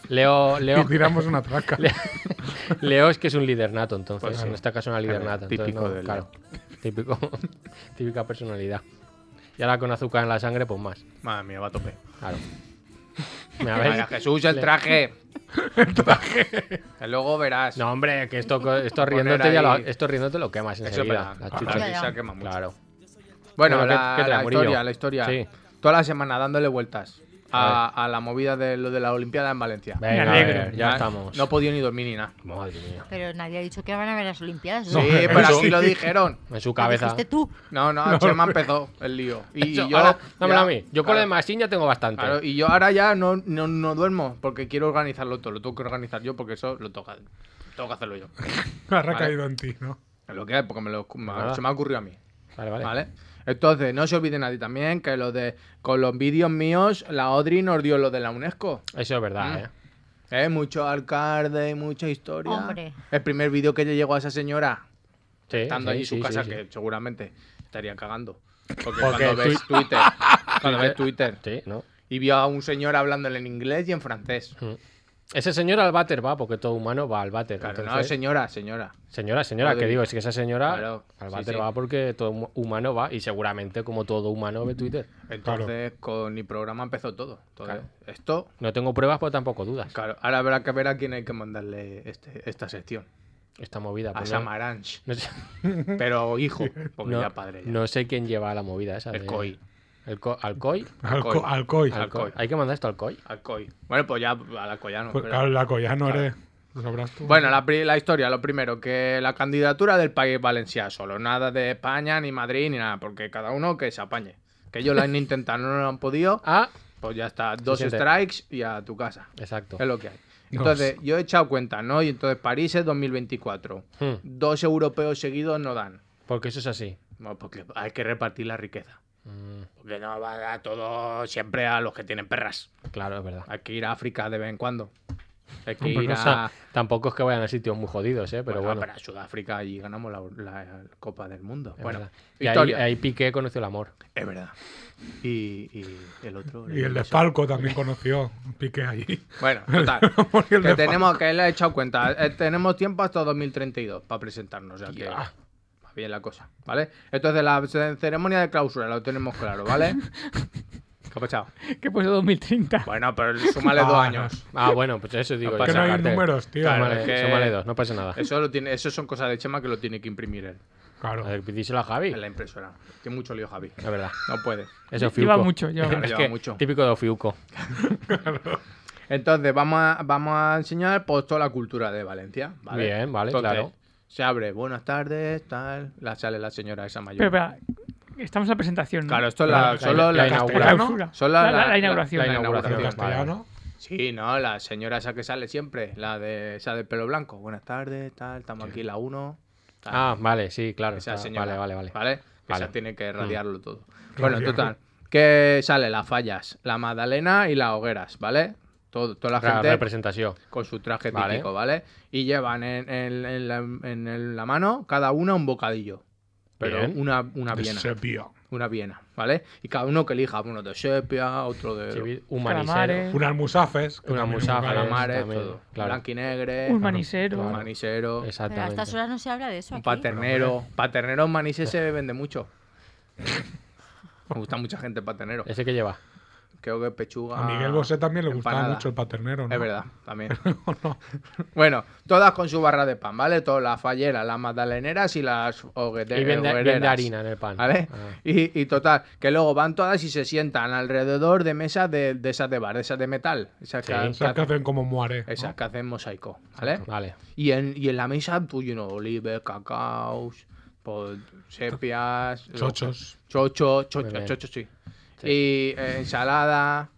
Leo, Y Leo, tiramos una traca. Le- Leo es que es un líder nato, entonces, Pues, en este caso una líder nato. entonces, típico no, de Leo. claro, típico, típica personalidad. Y ahora con azúcar en la sangre, pues más. Madre mía, va a tope. Claro. Mira, ¿ves? Vaya Jesús, el Le- traje. el traje. Que luego verás. No, hombre, que esto, co- esto Poner riéndote ya lo, ahí. esto riéndote lo quemas Eso es enseguida. verdad. las Ah, chuches. sí, se quema mucho. Claro. Bueno, Bueno, ¿qué- la, qué trae, la Murillo? historia, la historia. Sí. Toda la semana dándole vueltas A a, a la movida de lo de la Olimpiada en Valencia. Ah, Venga, Me a alegro. ver, ya estamos. No he podido ni dormir ni nada. Madre mía. Pero nadie ha dicho que van a ver las Olimpiadas. Sí, ¿eh? pero eso- así lo dijeron. En su Lo cabeza. dijiste tú. No, no, Chema empezó el lío. Y Eso, yo. ahora, dámelo ya- a mí. Yo con claro, lo de Masín ya tengo bastante. claro, y yo ahora ya no, no, no duermo porque quiero organizarlo todo. Lo tengo que organizar yo porque eso lo toca. Tengo que hacerlo yo. Ha recaído en ti, ¿no? Es Lo que hay, porque me lo, me- Nada. se me ha ocurrido a mí. Vale, vale. Vale. Entonces, no se olvide nadie también que lo de con los vídeos míos, la Audrey nos dio lo de la UNESCO. Eso es verdad, Mm. ¿eh? ¿Eh? Mucho alcalde, mucha historia. Hombre. El primer vídeo que le llegó a esa señora, Sí, sí, estando allí en su sí, sí, casa, sí. que seguramente estaría cagando. Porque, Porque cuando ves tui- Twitter, cuando ves Twitter, Sí, ¿no? y vio a un señor hablándole en inglés y en francés. Mm, Ese señor al váter va, porque todo humano va al váter. Claro, no, entonces- señora, señora. Señora, señora, Madre que mía. digo, es que esa señora Claro, al sí, váter sí. va porque todo hum- humano va y seguramente como todo humano ve Twitter. Entonces, con mi programa empezó todo. Entonces, esto, No tengo pruebas, pero tampoco dudas. claro, ahora habrá que ver a quién hay que mandarle este- esta sección. Esta movida. A pues no- Samaranch. no sé, Pero hijo, porque no- ya padre. ya. no sé quién lleva la movida esa. El de- COI. El co- ¿Al COI? Alcoy. Alcoy. Al COI. Hay que mandar esto al COI. Al COI. Bueno, pues ya a la Collano. Pues, pero- claro, el Alcoy ya no eres. Lo sabrás tú. Bueno, la, pri- la historia, lo primero, que la candidatura del país valenciano solo, nada de España, ni Madrid, ni nada, porque cada uno que se apañe. Que ellos lo han intentado, no lo han podido, Ah, pues ya está, dos siente. strikes y a tu casa. exacto. Es lo que hay. Dos. Entonces, yo he echado cuenta, ¿no? Y entonces París es 2024. Hmm, Dos europeos seguidos no dan. porque eso es así. No, porque hay que repartir la riqueza. Mm, Porque no va a dar todo siempre a los que tienen perras. claro, es verdad. Hay que ir a África de vez en cuando. Hay que Hombre, ir no, o sea, a, tampoco es que vayan a sitios muy jodidos, ¿eh? Pero bueno. para Sudáfrica y ganamos la, la Copa del Mundo. es bueno, verdad. y ahí, historia. ahí Piqué conoció el amor. Es verdad. Y, y el otro. y el de desfalco también conoció. Piqué allí. Bueno, total. Porque el que desfalco- tenemos, que él ha echado cuenta. Eh, tenemos tiempo hasta 2032 para presentarnos. O sea que Ya. va bien la cosa, ¿vale? Entonces la ce- ceremonia de clausura lo tenemos claro, ¿vale? ¿Qué ha pasado? Que pues 2030. Bueno, pero súmale dos Ah, años. Ah, bueno, pues eso digo. Que yo, no hay sacarte- números, tío. Claro, Súmale, es que- súmale dos, no pasa nada. Eso, lo tiene, eso son cosas de Chema que lo tiene que imprimir él Claro. A ver, díselo a Javi. en la impresora. Tiene mucho lío, Javi. La verdad. No puede. Eso es Lleva Fiuco. mucho, lleva Es mucho. que Lleva mucho. Típico de Fiuco. Entonces, vamos a, vamos a enseñar pues, toda la cultura de Valencia. ¿vale? Bien, vale, claro. Se abre, buenas tardes, tal. La sale la señora esa mayor. Pero, espera, estamos en la presentación. ¿no? claro, esto es la, la- solo la la, inauguración. Claustro. solo la- La- la- la la- inauguración. la La En inauguración. inauguración. castellano. Sí, no, la señora esa que sale siempre, la de esa del pelo blanco. Buenas tardes, tal, estamos aquí la 1. Ah, vale, sí, claro. esa está- señora. Vale, vale, vale. Que Vale. Mm. Esa tiene que radiarlo todo. Bueno, Radiarlo. total. Que sale las fallas, la Magdalena y las hogueras, ¿vale? todo- toda la La gente representación. con su traje Vale. típico, ¿vale? Y llevan en, en- en la, en el- la mano cada una un bocadillo. Pero Bien. una, una De viena. sepia. Una viena, ¿vale? Y cada uno que elija, uno de sepia, otro de Chivit, un manisero. calamares, Unas musafes. que Unas también musafes. nunca- calamares, también, todo. claro. Blanquinegre, un manisero. un manisero, Pero a estas Exactamente. horas no se habla de eso un aquí. paternero. Paternero en Manises se vende mucho. Me gusta mucha gente paternero. Ese que lleva. Creo que pechuga. A Miguel Bosé también le gustaba ah, empanada. mucho el paternero, ¿no? Es verdad, también. Bueno, todas con su barra de pan, ¿vale? Todas las falleras, las magdaleneras y las hoguete- Y vende, vende hoguereras, harina en el pan. ¿Vale? Ah, Y, y total, que luego van todas y se sientan alrededor de mesas de, de esas de bar, de esas de metal. Esas, Sí. que, Esas que hacen como muare. ¿no? esas que hacen mosaico, ¿vale? vale. Y en, y en la mesa, tú, you know, olives, cacaos, pues, sepias, lo- Chochos. chocho, Muy chocho, bien. chocho, sí. Sí. Y eh, ensalada,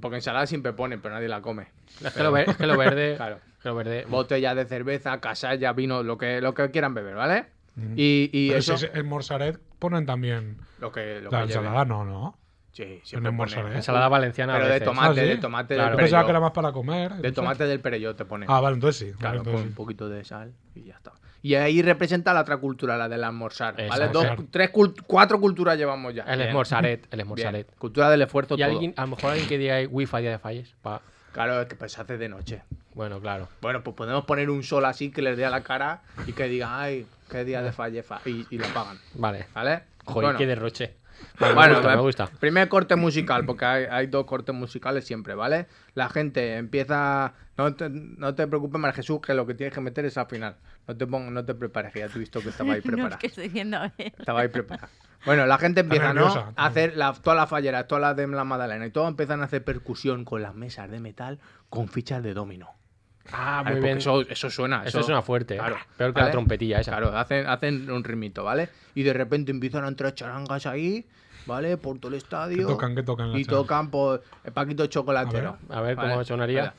porque ensalada siempre ponen, pero nadie la come. Es que lo, ver- es que lo verde. Claro. es que lo verde. botellas de cerveza, casalla, vino, lo que, lo que quieran beber, ¿vale? Y, y Pero eso, si es- en Morsaret ponen también lo que, lo la que lleve. ensalada, no, ¿no? Sí, En ¿eh? siempre el pone. Morsaret. Ensalada valenciana. a Pero de veces. tomate, Ah, ¿sí? de tomate Claro. Yo del pensaba que era perelló. más para comer. De tomate del perelló te pone. Ah, vale, entonces sí. claro, vale, con entonces un sí. poquito de sal y ya está. Y ahí representa la otra cultura, la del almorzar, ¿vale? Exacto. Dos, tres, cult- cuatro culturas llevamos ya. El Bien, esmorzaret. El bien. esmorzaret. Cultura del esfuerzo Y todo. alguien, a lo mejor alguien que diga "Ay, wifi ya de falles. pa". Claro, es que pues se hace de noche. Bueno, claro. Bueno, pues podemos poner un sol así que les dé a la cara y que diga, ay, qué día de fallefa. Y, y lo pagan, Vale. ¿vale? Joder, Bueno. qué derroche. Bueno, me gusta, va- me gusta. primer corte musical, porque hay, hay dos cortes musicales siempre, ¿vale? La gente empieza. No te, no te preocupes, María Jesús, que lo que tienes que meter es al final. No te pongas, no te prepares, que ya te he visto que estaba ahí No, es preparada. que estoy viendo a ver. Estaba ahí preparada. Bueno, la gente empieza, nerviosa, ¿no? está A hacer la- todas las falleras, todas las de la Madalena y todos empiezan a hacer percusión con las mesas de metal con fichas de domino. Ah, muy ¿vale? Porque bien. Eso, eso suena. Eso suena fuerte. ¿eh? Claro, Peor que la ¿vale? trompetilla esa. Claro, hacen, hacen un ritmito, ¿vale? Y de repente empiezan a entrar charangas ahí, ¿vale? Por todo el estadio. ¿Qué tocan? ¿Qué tocan las Y charangas? tocan por el Paquito Chocolatero. A ver cómo ¿vale? sonaría.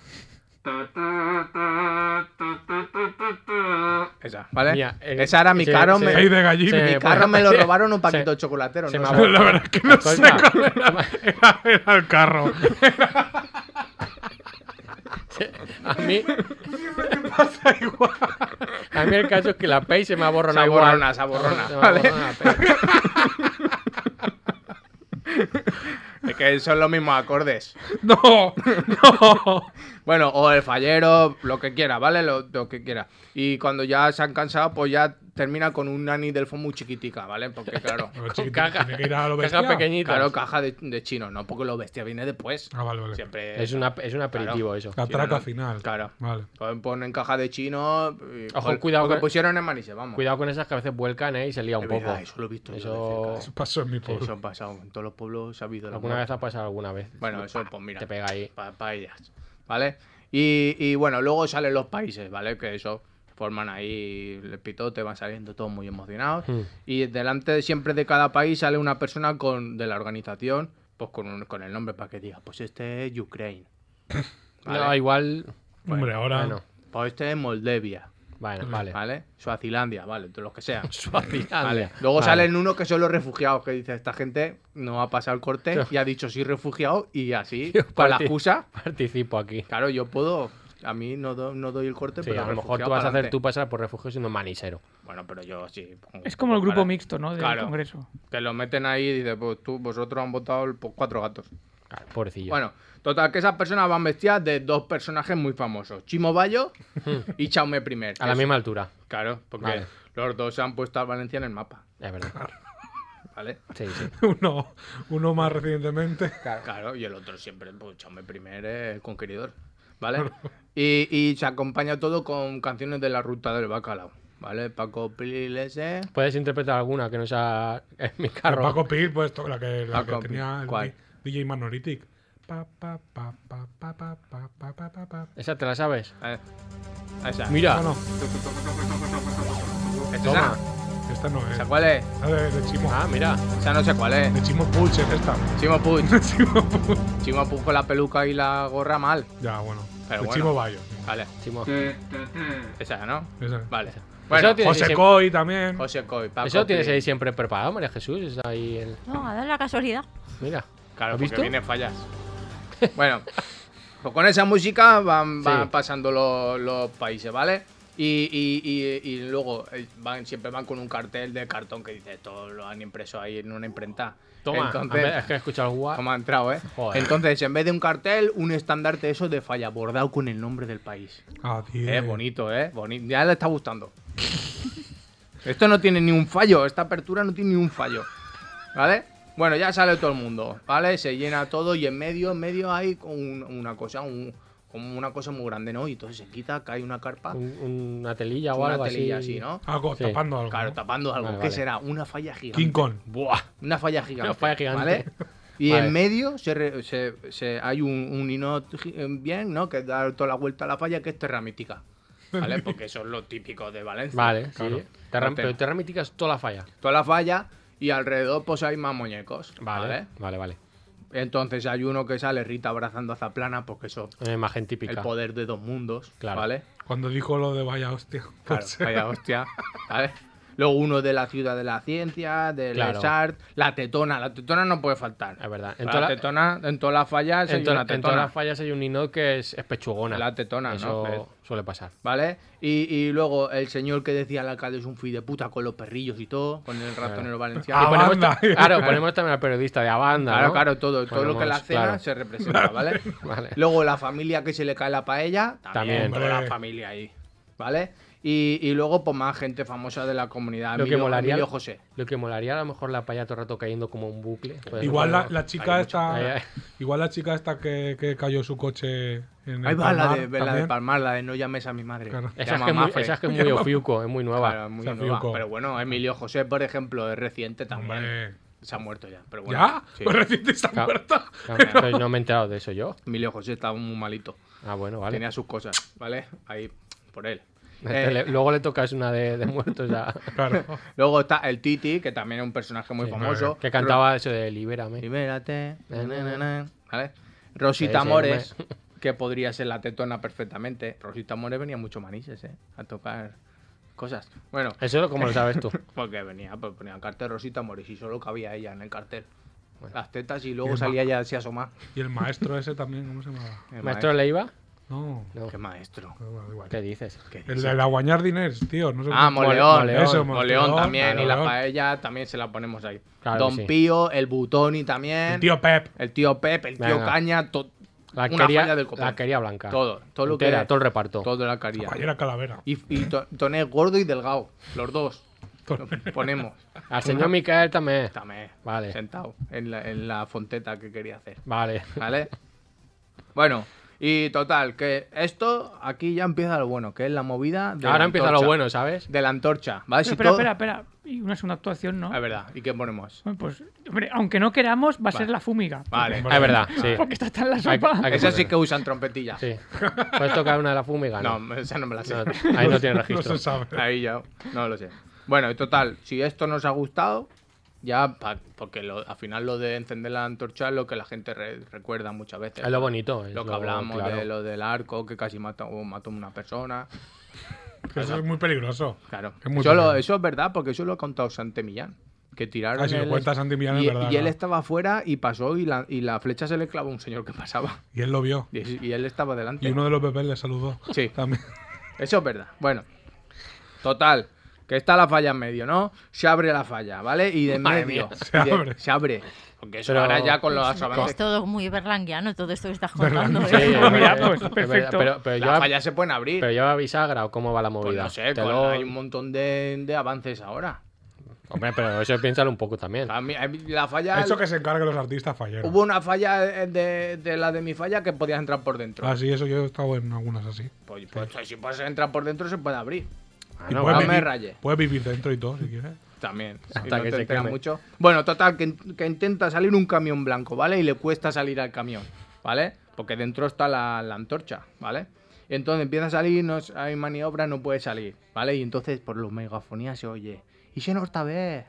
Esa, ¿vale? Mira, eh, Esa era mi se- caro. se- me- Ahí de gallina. se- mi bueno, carro me lo robaron un Paquito se- Chocolatero. se ¿no? me Esa- ha- La verdad es que no Pues sé Escolta. cuál era. Era- era el carro. A mí. A mí el caso es que la Pay se me ha borrado Esa igual. borrona, esa borrona, Se me ha ¿vale? borrado la Pay. Es que son los mismos acordes. No, no. Bueno, o el fallero, lo que quiera, ¿vale? Lo, lo que quiera. Y cuando ya se han cansado, pues ya termina con un nani del fondo muy chiquitica, ¿vale? Porque claro. Pero chiquito, caja- tiene que ir a lo caja bestia. pequeñita. Claro, caja de, de chino, no, porque lo bestia viene después. Ah, vale, vale. Siempre. Es, una, es un aperitivo eso. La Sí, traca no, no. final. Claro. Vale. Ponen- pues, Ponen caja de chino. y- Ojo, joder, cuidado Lo que con- pusieron en Manises, vamos. Cuidado con esas que a veces vuelcan, ¿eh? Y se lía un Es poco. verdad, eso lo he visto yo Eso- de Eso pasó en mi cerca. ¿eh? Eso pueblo. han pasado. En todos los pueblos ha habido. la Alguna vez muerte. ha pasado alguna vez. Bueno, eso, pues mira. Te pega ahí. Para ellas. ¿Vale? Y, y bueno, luego salen los países, ¿vale? Que eso forman ahí el pitote, van saliendo todos muy emocionados. Hmm. Y delante de- siempre de cada país sale una persona con, de la organización, pues con, un- con el nombre para que diga, pues este es Ukraine. ¿Vale? No, igual. Hombre, ahora. Bueno, Pues este es Moldavia. bueno, vale. ¿Vale? Suazilandia, vale, entre los que sean. Suazilandia. Luego Vale. salen unos que son los refugiados, que dice, esta gente no ha pasado el corte y ha dicho soy refugiado y así, Yo con la parti- excusa, Participo aquí. claro, yo puedo, a mí no, do- no doy el corte, Sí, pero a lo mejor refugiado tú vas a hacer pa'lante. tú pasar por refugio siendo manisero. Bueno, pero yo sí. pongo- Es como el grupo Vale. mixto, ¿no? Del Claro. Congreso. Que lo meten ahí y dice, pues tú, vosotros han votado el- por cuatro gatos. Claro, pobrecillo. Bueno, total, que esas personas van vestidas de dos personajes muy famosos, Chimo Bayo y Chaume Primer. a la Es- misma altura. Claro, porque Vale. los dos se han puesto al Valencia en el mapa, Es verdad. ¿vale? Sí, sí. Uno, uno más recientemente. Claro. y el otro siempre, pues Chaume Primer es el conqueridor, ¿vale? Y, y se acompaña todo con canciones de la ruta del bacalao, ¿vale? Paco Piles, eh, Puedes interpretar alguna que no sea en mi Pero carro. Paco Pil, pues to- la que, la que Paco Pil. tenía el ¿Cuál? di- DJ Manoritic. Pa, pa, pa, pa, pa, pa, pa, pa, pa, pa, pa. Esa te la sabes. eh, esa. Mira, Ah, No, no, ¿Es toma. esa? esta no es. ¿Esa Este cuál es? Esta de, de Chimo. Ah, mira. Esa no sé cuál es. De Chimo Puch es esta. Chimo Puig. Chimo Puig. Chimo Puig con la peluca y la gorra mal. Ya, bueno. Pero de bueno. Chimo Bayo. Vale, Chimo. esa, ¿no? Esa. Vale. Bueno, Eso tiene- José siempre- Coy también. José Coy, Paco Eso tienes Pil. ahí siempre preparado, María Jesús. Es ahí el. No, a dar la casualidad. Mira. Claro, ¿Has porque visto? viene fallas. Bueno, Pues con esa música van, Sí. van pasando los, los países, ¿vale? Y, y- y- y luego eh, van, siempre van con un cartel de cartón que dice, todo lo han impreso ahí en una imprenta. Toma, Entonces- a ver, es que he escuchado el guap. Como ha entrado, ¿eh? Joder. Entonces, en vez de un cartel, un estandarte eso de falla, bordado con el nombre del país. Ah, tío. Eh, bonito, ¿eh? Boni- ya le está gustando. Esto no tiene ni un fallo, esta apertura no tiene ni un fallo. ¿Vale? Bueno, ya sale todo el mundo, ¿vale? Se llena todo y en medio, en medio hay un- una cosa, un- como una cosa muy grande, ¿no? Y entonces se quita, cae una carpa, Un- una telilla o una algo telilla así, ¿no? Algo, Sí. tapando algo. Claro, ¿no? tapando algo. Vale, ¿Qué vale. será? Una falla gigante. King Kong. Buah. Una falla gigante. Una falla gigante. ¿vale? Y Vale. en medio se re- se- se- hay un, un hino gi- eh, bien, ¿no? Que da toda la vuelta a la falla, que es terramítica. ¿Vale? Porque eso es lo típico de Valencia. Vale, Claro. sí. Terra, No te- pero Terra Mítica es toda la falla. Toda la falla y alrededor pues hay más muñecos. Vale. Vale, vale, vale. Entonces hay uno que sale Rita abrazando a Zaplana porque eso Una Eh, imagen típica. el poder de dos mundos. Claro. ¿Vale? Cuando dijo lo de vaya hostia. Claro, pues, vaya hostia. ¿Vale? Luego uno de la ciudad de la ciencia, del Claro. art, la tetona, la tetona no puede faltar. Es verdad. En En toda la la- tetona, en todas las fallas, hay En, to- una en todas tetona. las fallas hay un Nino que es, es pechugona. La tetona, ¿no? Eso Pues- suele pasar. ¿Vale? Y, y luego el señor que decía el alcalde es un fi de puta con los perrillos y todo, con el ratonero valenciano. Ah, Y ponemos Banda. ta- claro, ponemos también al periodista de Abanda. Claro, ¿no? Pues claro, todo, todo lo que la Ponemos, cena claro. se representa, ¿vale? Vale. Luego la familia que se le cae la paella, también, También. toda la Hombre. familia ahí, ¿vale? Y, y luego, pues más gente famosa de la comunidad. Lo que Emilio- molaría- Emilio José. Lo que molaría a lo mejor la paya todo el rato cayendo como un bucle. Puede ser eh, Igual la, como- la chica hay esta. Pues mucho- Ay, ay. Igual la chica esta que, que cayó su coche en el. Ahí va la palmar de, la de también. Palmar, la de no llames a mi madre. Claro. Se Esa es, llama que es muy, Mafre. esa es que es muy ofiuco, es muy nueva. Claro, muy Se nueva. equivocó. Pero bueno, Emilio José, por ejemplo, es reciente también. Hombre. Se ha muerto ya. Pero bueno, ¿Ya? sí. Pues reciente está Claro. muerta. Claro, entonces no me he enterado de eso yo. Emilio José estaba muy malito. Ah, bueno, vale. Tenía sus cosas, ¿vale? Ahí, por él. Entonces Eh, le- luego le tocas una de, de muertos a- Claro. Luego está el Titi, que también es un personaje muy Sí, famoso. que cantaba eso de Libérame. Libérate. Na, na, na, ¿Vale? Rosita Sí, sí, Mores, que podría ser la tetona perfectamente. Rosita Mores venía mucho manises, ¿eh? A tocar cosas. Bueno, Eso es como lo sabes tú. porque venía, pues ponía el cartel Rosita Mores y solo cabía ella en el cartel. Las tetas y Y luego el salía ella así asomada. Y el maestro ese también, ¿cómo se llamaba? El ¿Maestro Leiva? No. No. Qué maestro. Bueno, da igual. ¿Qué dices? ¿Qué El dice? de la guañar diners, tío. No sé Ah, cómo- Moleón, Moleón, eso, Moleón Moleón, también, y la Moleón. paella también se la ponemos ahí. Claro Don que sí. Pío, el Butoni también. El tío Pep. El tío Pep, el tío Venga. Caña, to- La una quería, falla del copón. la quería blanca. Todo, todo lo que Entera, todo el reparto. Todo la caría. Cualquiera calavera. Y, y to- Toné gordo y delgado, los dos. Lo ponemos. Al señor Micael también. También. Vale. Sentado en la, en la fonteta que quería hacer. Vale. ¿Vale? bueno, y total, que esto aquí ya empieza lo bueno, que es la movida de la Ahora empieza lo antorcha. bueno, ¿sabes? De la antorcha, ¿vale? Pero Si espera, todo- espera, espera. Y una segunda actuación, ¿no? Ah, Es verdad, ¿y qué ponemos? Bueno, Pues, hombre, aunque no queramos, va a ser Vale. la fumiga. Vale. Ah, Es verdad, sí. Porque está tan la Hay- sopa. hay Esa sí ponerlo. que usan trompetilla. Sí. Puedes tocar una de la fumiga, ¿no? No, esa no me la sé. No, ahí no tiene No registro. se sabe. Ahí ya, no lo sé. Bueno, y total, si esto nos ha gustado, ya, pa- porque lo- al final lo de encender la antorcha es lo que la gente re- recuerda muchas veces. es lo bonito. es Lo que hablamos claro. de lo del arco, que casi mató, o mató a una persona. Que eso es muy peligroso. Claro. Es muy Eso, lo- peligroso. eso es verdad, porque eso lo ha contado Santi Millán. Que tiraron. Ah, si lo el- cuenta Santi Millán, es y, verdad, y él claro. estaba afuera y pasó y la, y la flecha se le clavó a un señor que pasaba. Y él lo vio. Y, y él estaba delante. Y uno de los bebés le saludó. Sí. También. Eso es verdad. Bueno, total. Que está la falla en medio, ¿no? Se abre la falla, ¿vale? Y de en Madre medio. mía. y de- Se abre. se abre. Porque eso Pero- ahora ya con los Es avances. todo muy berlanguiano todo esto que estás contando. Berlanguiano. Sí, ¿eh? es verdad, Mira, es pues, verdad, perfecto. Pero, pero, Las lleva, fallas se pueden abrir. pero lleva bisagra o cómo va la Pues movida. no sé, Te con- lo- hay un montón de, de avances ahora. Hombre, pero eso piénsalo un poco también. A mí- a mí La falla. Eso que se encarguen los artistas falleros. Hubo una falla eh, de, de la de mi falla que podías entrar por dentro. Ah, sí, eso yo he estado en algunas así. Pues, pues, si puedes entrar por dentro, se puede abrir. Y no, puedes no me vivir- raye. Puedes vivir dentro y todo, si quieres. También. si Hasta no que te se enteras queme. mucho. Bueno, total, que, que intenta salir un camión blanco, ¿vale? Y le cuesta salir al camión, ¿vale? Porque dentro está la, la antorcha, ¿vale? Entonces empieza a salir, no, s- hay maniobra, no puede salir, ¿vale? Y entonces por los megafonías se oye. ¿Y si no esta vez?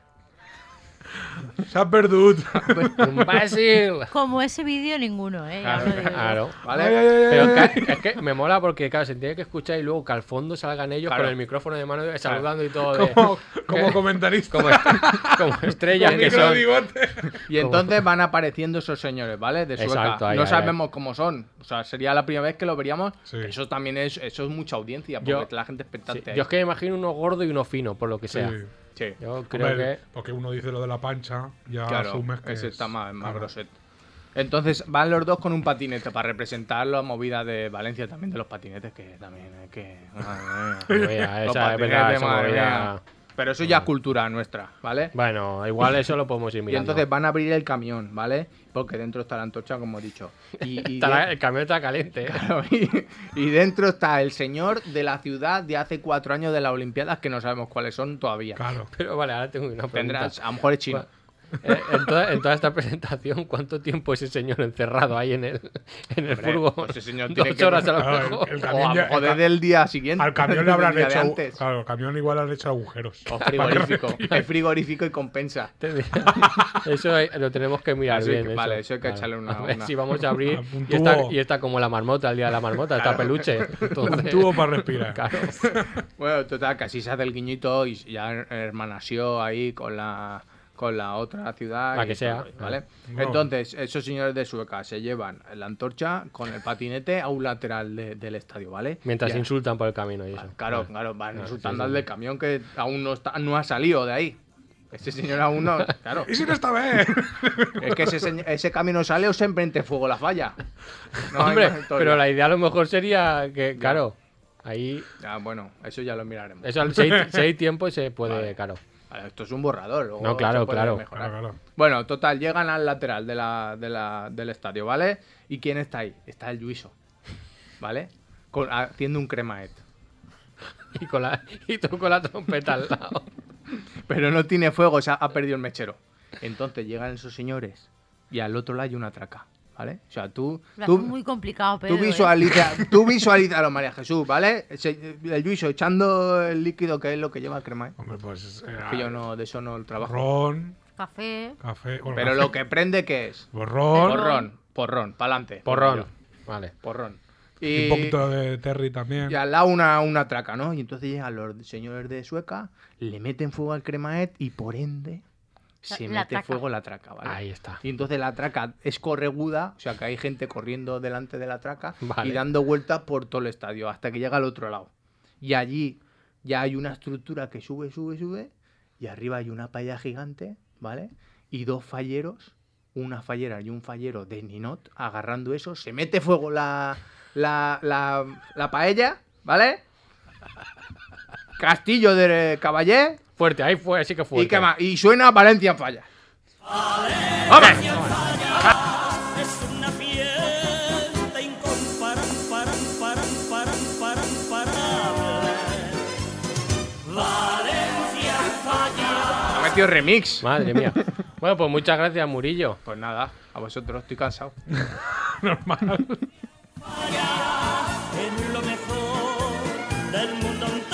Se ha perdido. ¡Imbécil! Como ese vídeo, ninguno, ¿eh? Ya os Claro, lo digo yo. claro. ¿Vale? Ay, ay, ay, ay, Pero ay. ca- es que me mola porque, claro, se tiene que escuchar y luego que al fondo salgan ellos Claro. con el micrófono de mano eh, saludando y todo. De, Como, como ¿Qué? comentarista. como, est- como estrellas Con que micro de son. bigote. Y entonces van apareciendo esos señores, ¿vale? De Sueca. Exacto, ahí, no ahí, sabemos cómo son. O sea, sería la primera vez que lo veríamos. Sí. Que Eso también es, eso es mucha audiencia, porque Yo- la gente expectante. Sí, ahí. Yo es que me imagino uno gordo y uno fino, por lo que sea. Sí. Sí. Yo creo Hombre, que. Porque uno dice lo de la pancha, ya Claro, Ah, asumes que. ese es- está más, más claro. groset. Entonces van los dos con un patinete para representar la movida de Valencia también de los patinetes, que también es que. madre mía. Mira, Los esa es patinetes, verdad, esa madre movida- mía. Pero eso ya es cultura nuestra, ¿vale? Bueno, igual eso lo podemos ir Y mirando. entonces van a abrir el camión, ¿vale? Porque dentro está la antorcha, como he dicho. Y, y- Estará- el camión está caliente. ¿eh? Claro, y, y dentro está el señor de la ciudad de hace cuatro años de las Olimpiadas, que no sabemos cuáles son todavía. Claro. Pero vale, ahora tengo una pregunta. Tendrás, a lo mejor es chino. Eh, en, toda, en toda esta presentación, ¿cuánto tiempo ese señor encerrado ahí en el, en el Hombre, furgo? pues ese señor Dos tiene que- horas a lo Claro, el- mejor. el O, camión a- ya- o desde el día siguiente. Al camión desde le el habrán día de hecho. antes. Claro, al camión igual le han hecho agujeros. O frigorífico. Es frigorífico y compensa. Eso hay- lo tenemos que mirar Eso hay bien. que- vale, eso hay que echarle una- A ver una- si vamos a abrir. Un y, está, tubo. y está como la marmota, el día de la marmota, está peluche. Entonces, Un tubo para respirar. claro. Bueno, total, casi se hace el guiñito y ya hermanació ahí con la con la otra ciudad. La y que sea. todo, ¿vale? No. Entonces, esos señores de Sueca se llevan la antorcha con el patinete a un lateral de- del estadio, ¿vale? Mientras Ya. insultan por el camino y eso. Claro, claro, van insultando sí, al sí. del camión que aún no, está, no ha salido de ahí. Ese señor aún no. Claro. ¿Y si no esta vez? Es que ese, señor- ese camión no sale o se emprende fuego la falla. No hay Hombre, más historia. pero la idea a lo mejor sería que, claro, ahí. Ah, bueno, eso ya lo miraremos. Eso, al- si hay, si hay tiempo, se puede, claro. Ah, Esto es un borrador. luego No, claro, se puede claro. mejorar. Claro, claro. Bueno, total, llegan al lateral de la, de la- del estadio, ¿vale? ¿Y quién está ahí? Está el Luiso, ¿vale? Con- haciendo un cremaet. Y, con la, y tú con la trompeta al lado. Pero no tiene fuego, o sea, ha perdido el mechero. Entonces llegan esos señores y al otro lado hay una traca, ¿vale? O sea, tú, Lo tú, hace muy ¿eh? complicado, pero. tú visualiza, tú visualízalo, María Jesús, ¿vale? Se- el Luiso echando el líquido que es lo que lleva el cremaet. Hombre, pues. eh, Que yo no, de eso no trabajo. Ron, Café. café. bueno, Pero café, lo que prende, ¿qué es? Borrón. Porrón, porrón, pa'lante. Porrón. Vale. Porrón. Y Y, un poquito de Terry también. y al lado una, una traca, ¿no? Y entonces llegan los señores de Sueca, le meten fuego al cremaet y por ende se La- la mete traca. fuego la traca, ¿vale? Ahí está. Y entonces la traca es correguda, o sea que hay gente corriendo delante de la traca Vale. y dando vueltas por todo el estadio hasta que llega al otro lado. Y allí ya hay una estructura que sube, sube, sube y arriba hay una palla gigante, ¿vale? Y dos falleros, una fallera y un fallero de Ninot agarrando eso, se mete fuego la, la, la, la paella, ¿vale? Castillo de Caballé Fuerte, ahí fue, así que fuerte. y, qué más, y suena Valencia en falla. Ha metido remix. Madre mía. Bueno, pues muchas gracias, Murillo. Pues nada, a vosotros estoy cansado. Normal. en lo mejor del mundo entero.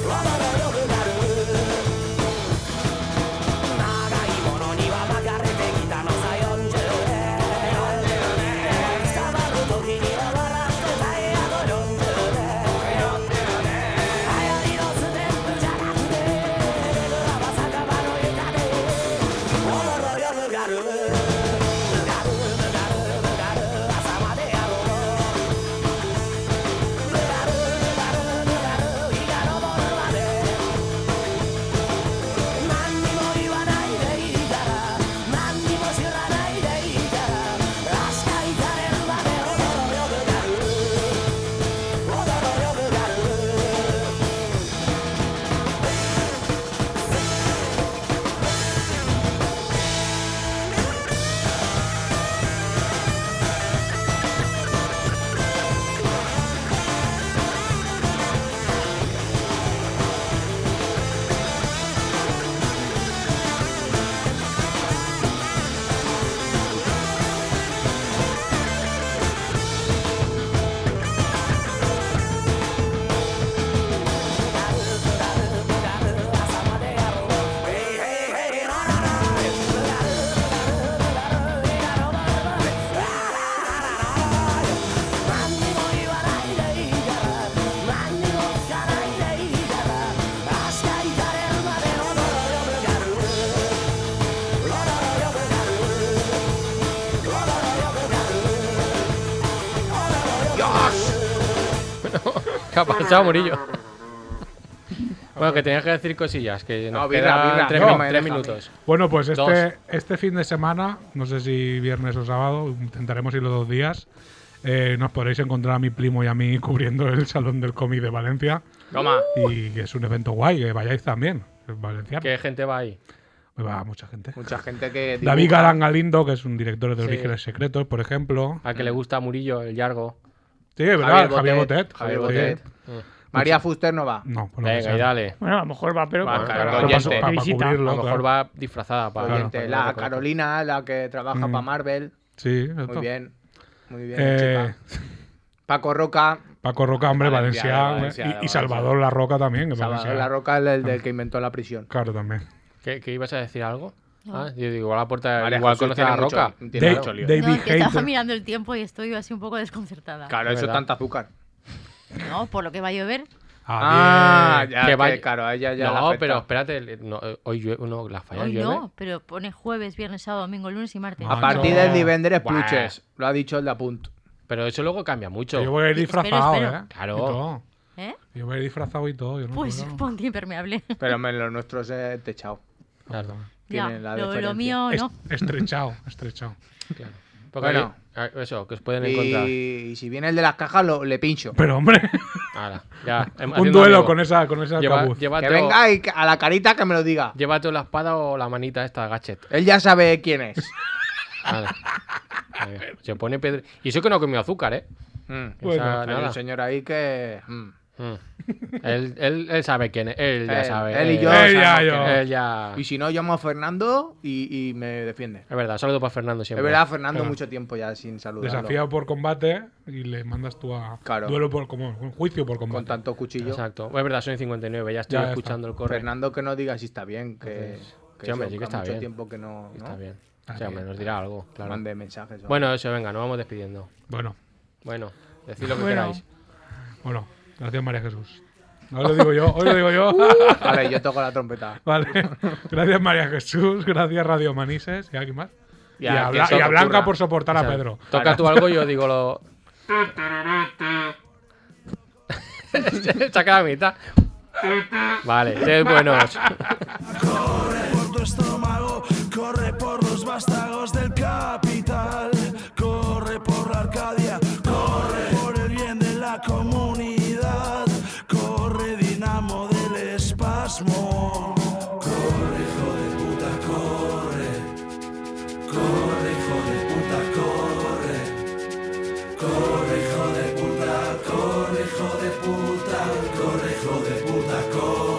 Thank ha pasado, Murillo? bueno, que tenías que decir cosillas, que nos No, birra, quedan birra, tres, no, minu- me tres deja a mí. minutos. Bueno, pues Dos. este, este fin de semana, no sé si viernes o sábado, intentaremos ir los dos días. eh, nos podréis encontrar a mi primo y a mí cubriendo el Salón del Cómic de Valencia. Toma. Y que es un evento guay, que vayáis también. Es valenciano. ¿Qué gente va ahí? Hoy va mucha gente. Mucha gente que. David dibuja. Galán Galindo, que es un director de Sí. Orígenes Secretos, por ejemplo. Al que Mm. le gusta Murillo, el Yargo. Sí, es ¿verdad? Javier Javier Botet. Mm. Botet. Javier sí. Mm. Botet. María Fuster no va. No, por lo que Venga, sea. y dale. Bueno, a lo mejor va, pero Va, con- claro, con- Pero para, oyente. para de visita. A cubrirlo, lo mejor claro. va disfrazada para. Oyente, para- la para- Carolina, la que trabaja Mm. para Marvel. Sí, exacto. Muy bien. Muy bien. Eh, chica. Paco Roca. Paco Roca, hombre, Valencia, Valenciano. eh, Valencia, y- y, Valencia. Salvador La Roca también, que es Salvador valenciano. La Roca es el del que inventó la prisión. Claro, también. ¿Qué, qué ibas a decir algo? Ah, yo digo, igual aporta, María igual Jesús conoce a la tiene mucho- roca. tiene Da- mucho lío. David No, es que estaba Hayter. mirando el tiempo y estoy así un poco desconcertada. Claro, Es eso es verdad. tanta azúcar. No, por lo que va a llover. Ah, bien. ya, Que que vaya- claro, a ella ya la No, afecta. pero espérate, le- no, eh, hoy llueve, no, la falla Hoy llueve. no, pero pone jueves, viernes, sábado, domingo, lunes y martes. A Ah, partir no. del divendres Buah. pluches. Lo ha dicho el de Apunt. Pero eso luego cambia mucho. Yo voy a ir Espero, disfrazado, espero. ¿eh? Claro. Y todo. ¿Eh? Yo voy a ir disfrazado y todo. Yo no Pues puedo. ponte impermeable. Pero men, lo nuestro es eh, techado. Claro, Ya, Tiene la lo, diferencia. lo mío Es- no. Estrechado, estrechado. claro. Porque Bueno. ahí- ah, eso, que os pueden encontrar. Y, y si viene el de las cajas, lo, le pincho. Pero, hombre, Ahora, ya. hem- un Em, haciendo duelo amigo. con esa, con esa Lleva, cabuz. llévate, Que venga y que- a la carita que me lo diga. llévate o la espada o la manita esta, gachet. Él ya sabe quién es. Ahora. Ahí va. Eh, Se pone pedre. Y eso que no comió azúcar, ¿eh? Mm. O Bueno, sea, Hay nada. un señor ahí que. mm. Mm. él, él, él sabe quién es. Él ya Él- sabe. Eh, él y yo Él ya, sabemos yo. quién es. Él ya. Y si no, llamo a Fernando y, y me defiende. Es verdad, saludo para Fernando Es siempre. verdad, Fernando, Claro. mucho tiempo ya sin saludarlo. Desafiado por combate y le mandas tú a Claro. duelo por como un juicio por combate. Con tanto cuchillo. Exacto. Es verdad, soy 59, ya estoy Ya, ya escuchando el correo. Fernando, que no diga si está bien. Que, que sí, hombre, sí que que está mucho bien. tiempo que no. ¿no? Está bien. Está O sea, hombre, bien. nos dirá algo, Que claro. Mande mensajes. o Bueno, eso, venga, nos vamos despidiendo. Bueno, Bueno, decid lo que Bueno. queráis. bueno, gracias María Jesús. Ahora lo digo yo, hoy lo digo yo. Uh. algo. Vale, yo toco la trompeta. vale. Gracias María Jesús, gracias Radio Manises y a alguien más. Y, a a, quien Bla- se y a te Blanca ocurra. por soportar a Pedro. Toca tú algo y yo digo lo. Saca la mitad. Vale, este sed buenos. por tu estómago, corre por los vástagos del capital, corre por la Arcadia, corre por el bien de la comunidad, corre dinamo del espasmo, corre hijo de puta, corre, corre hijo de puta, corre, corre hijo de puta, corre hijo de puta, corre hijo de puta, corre.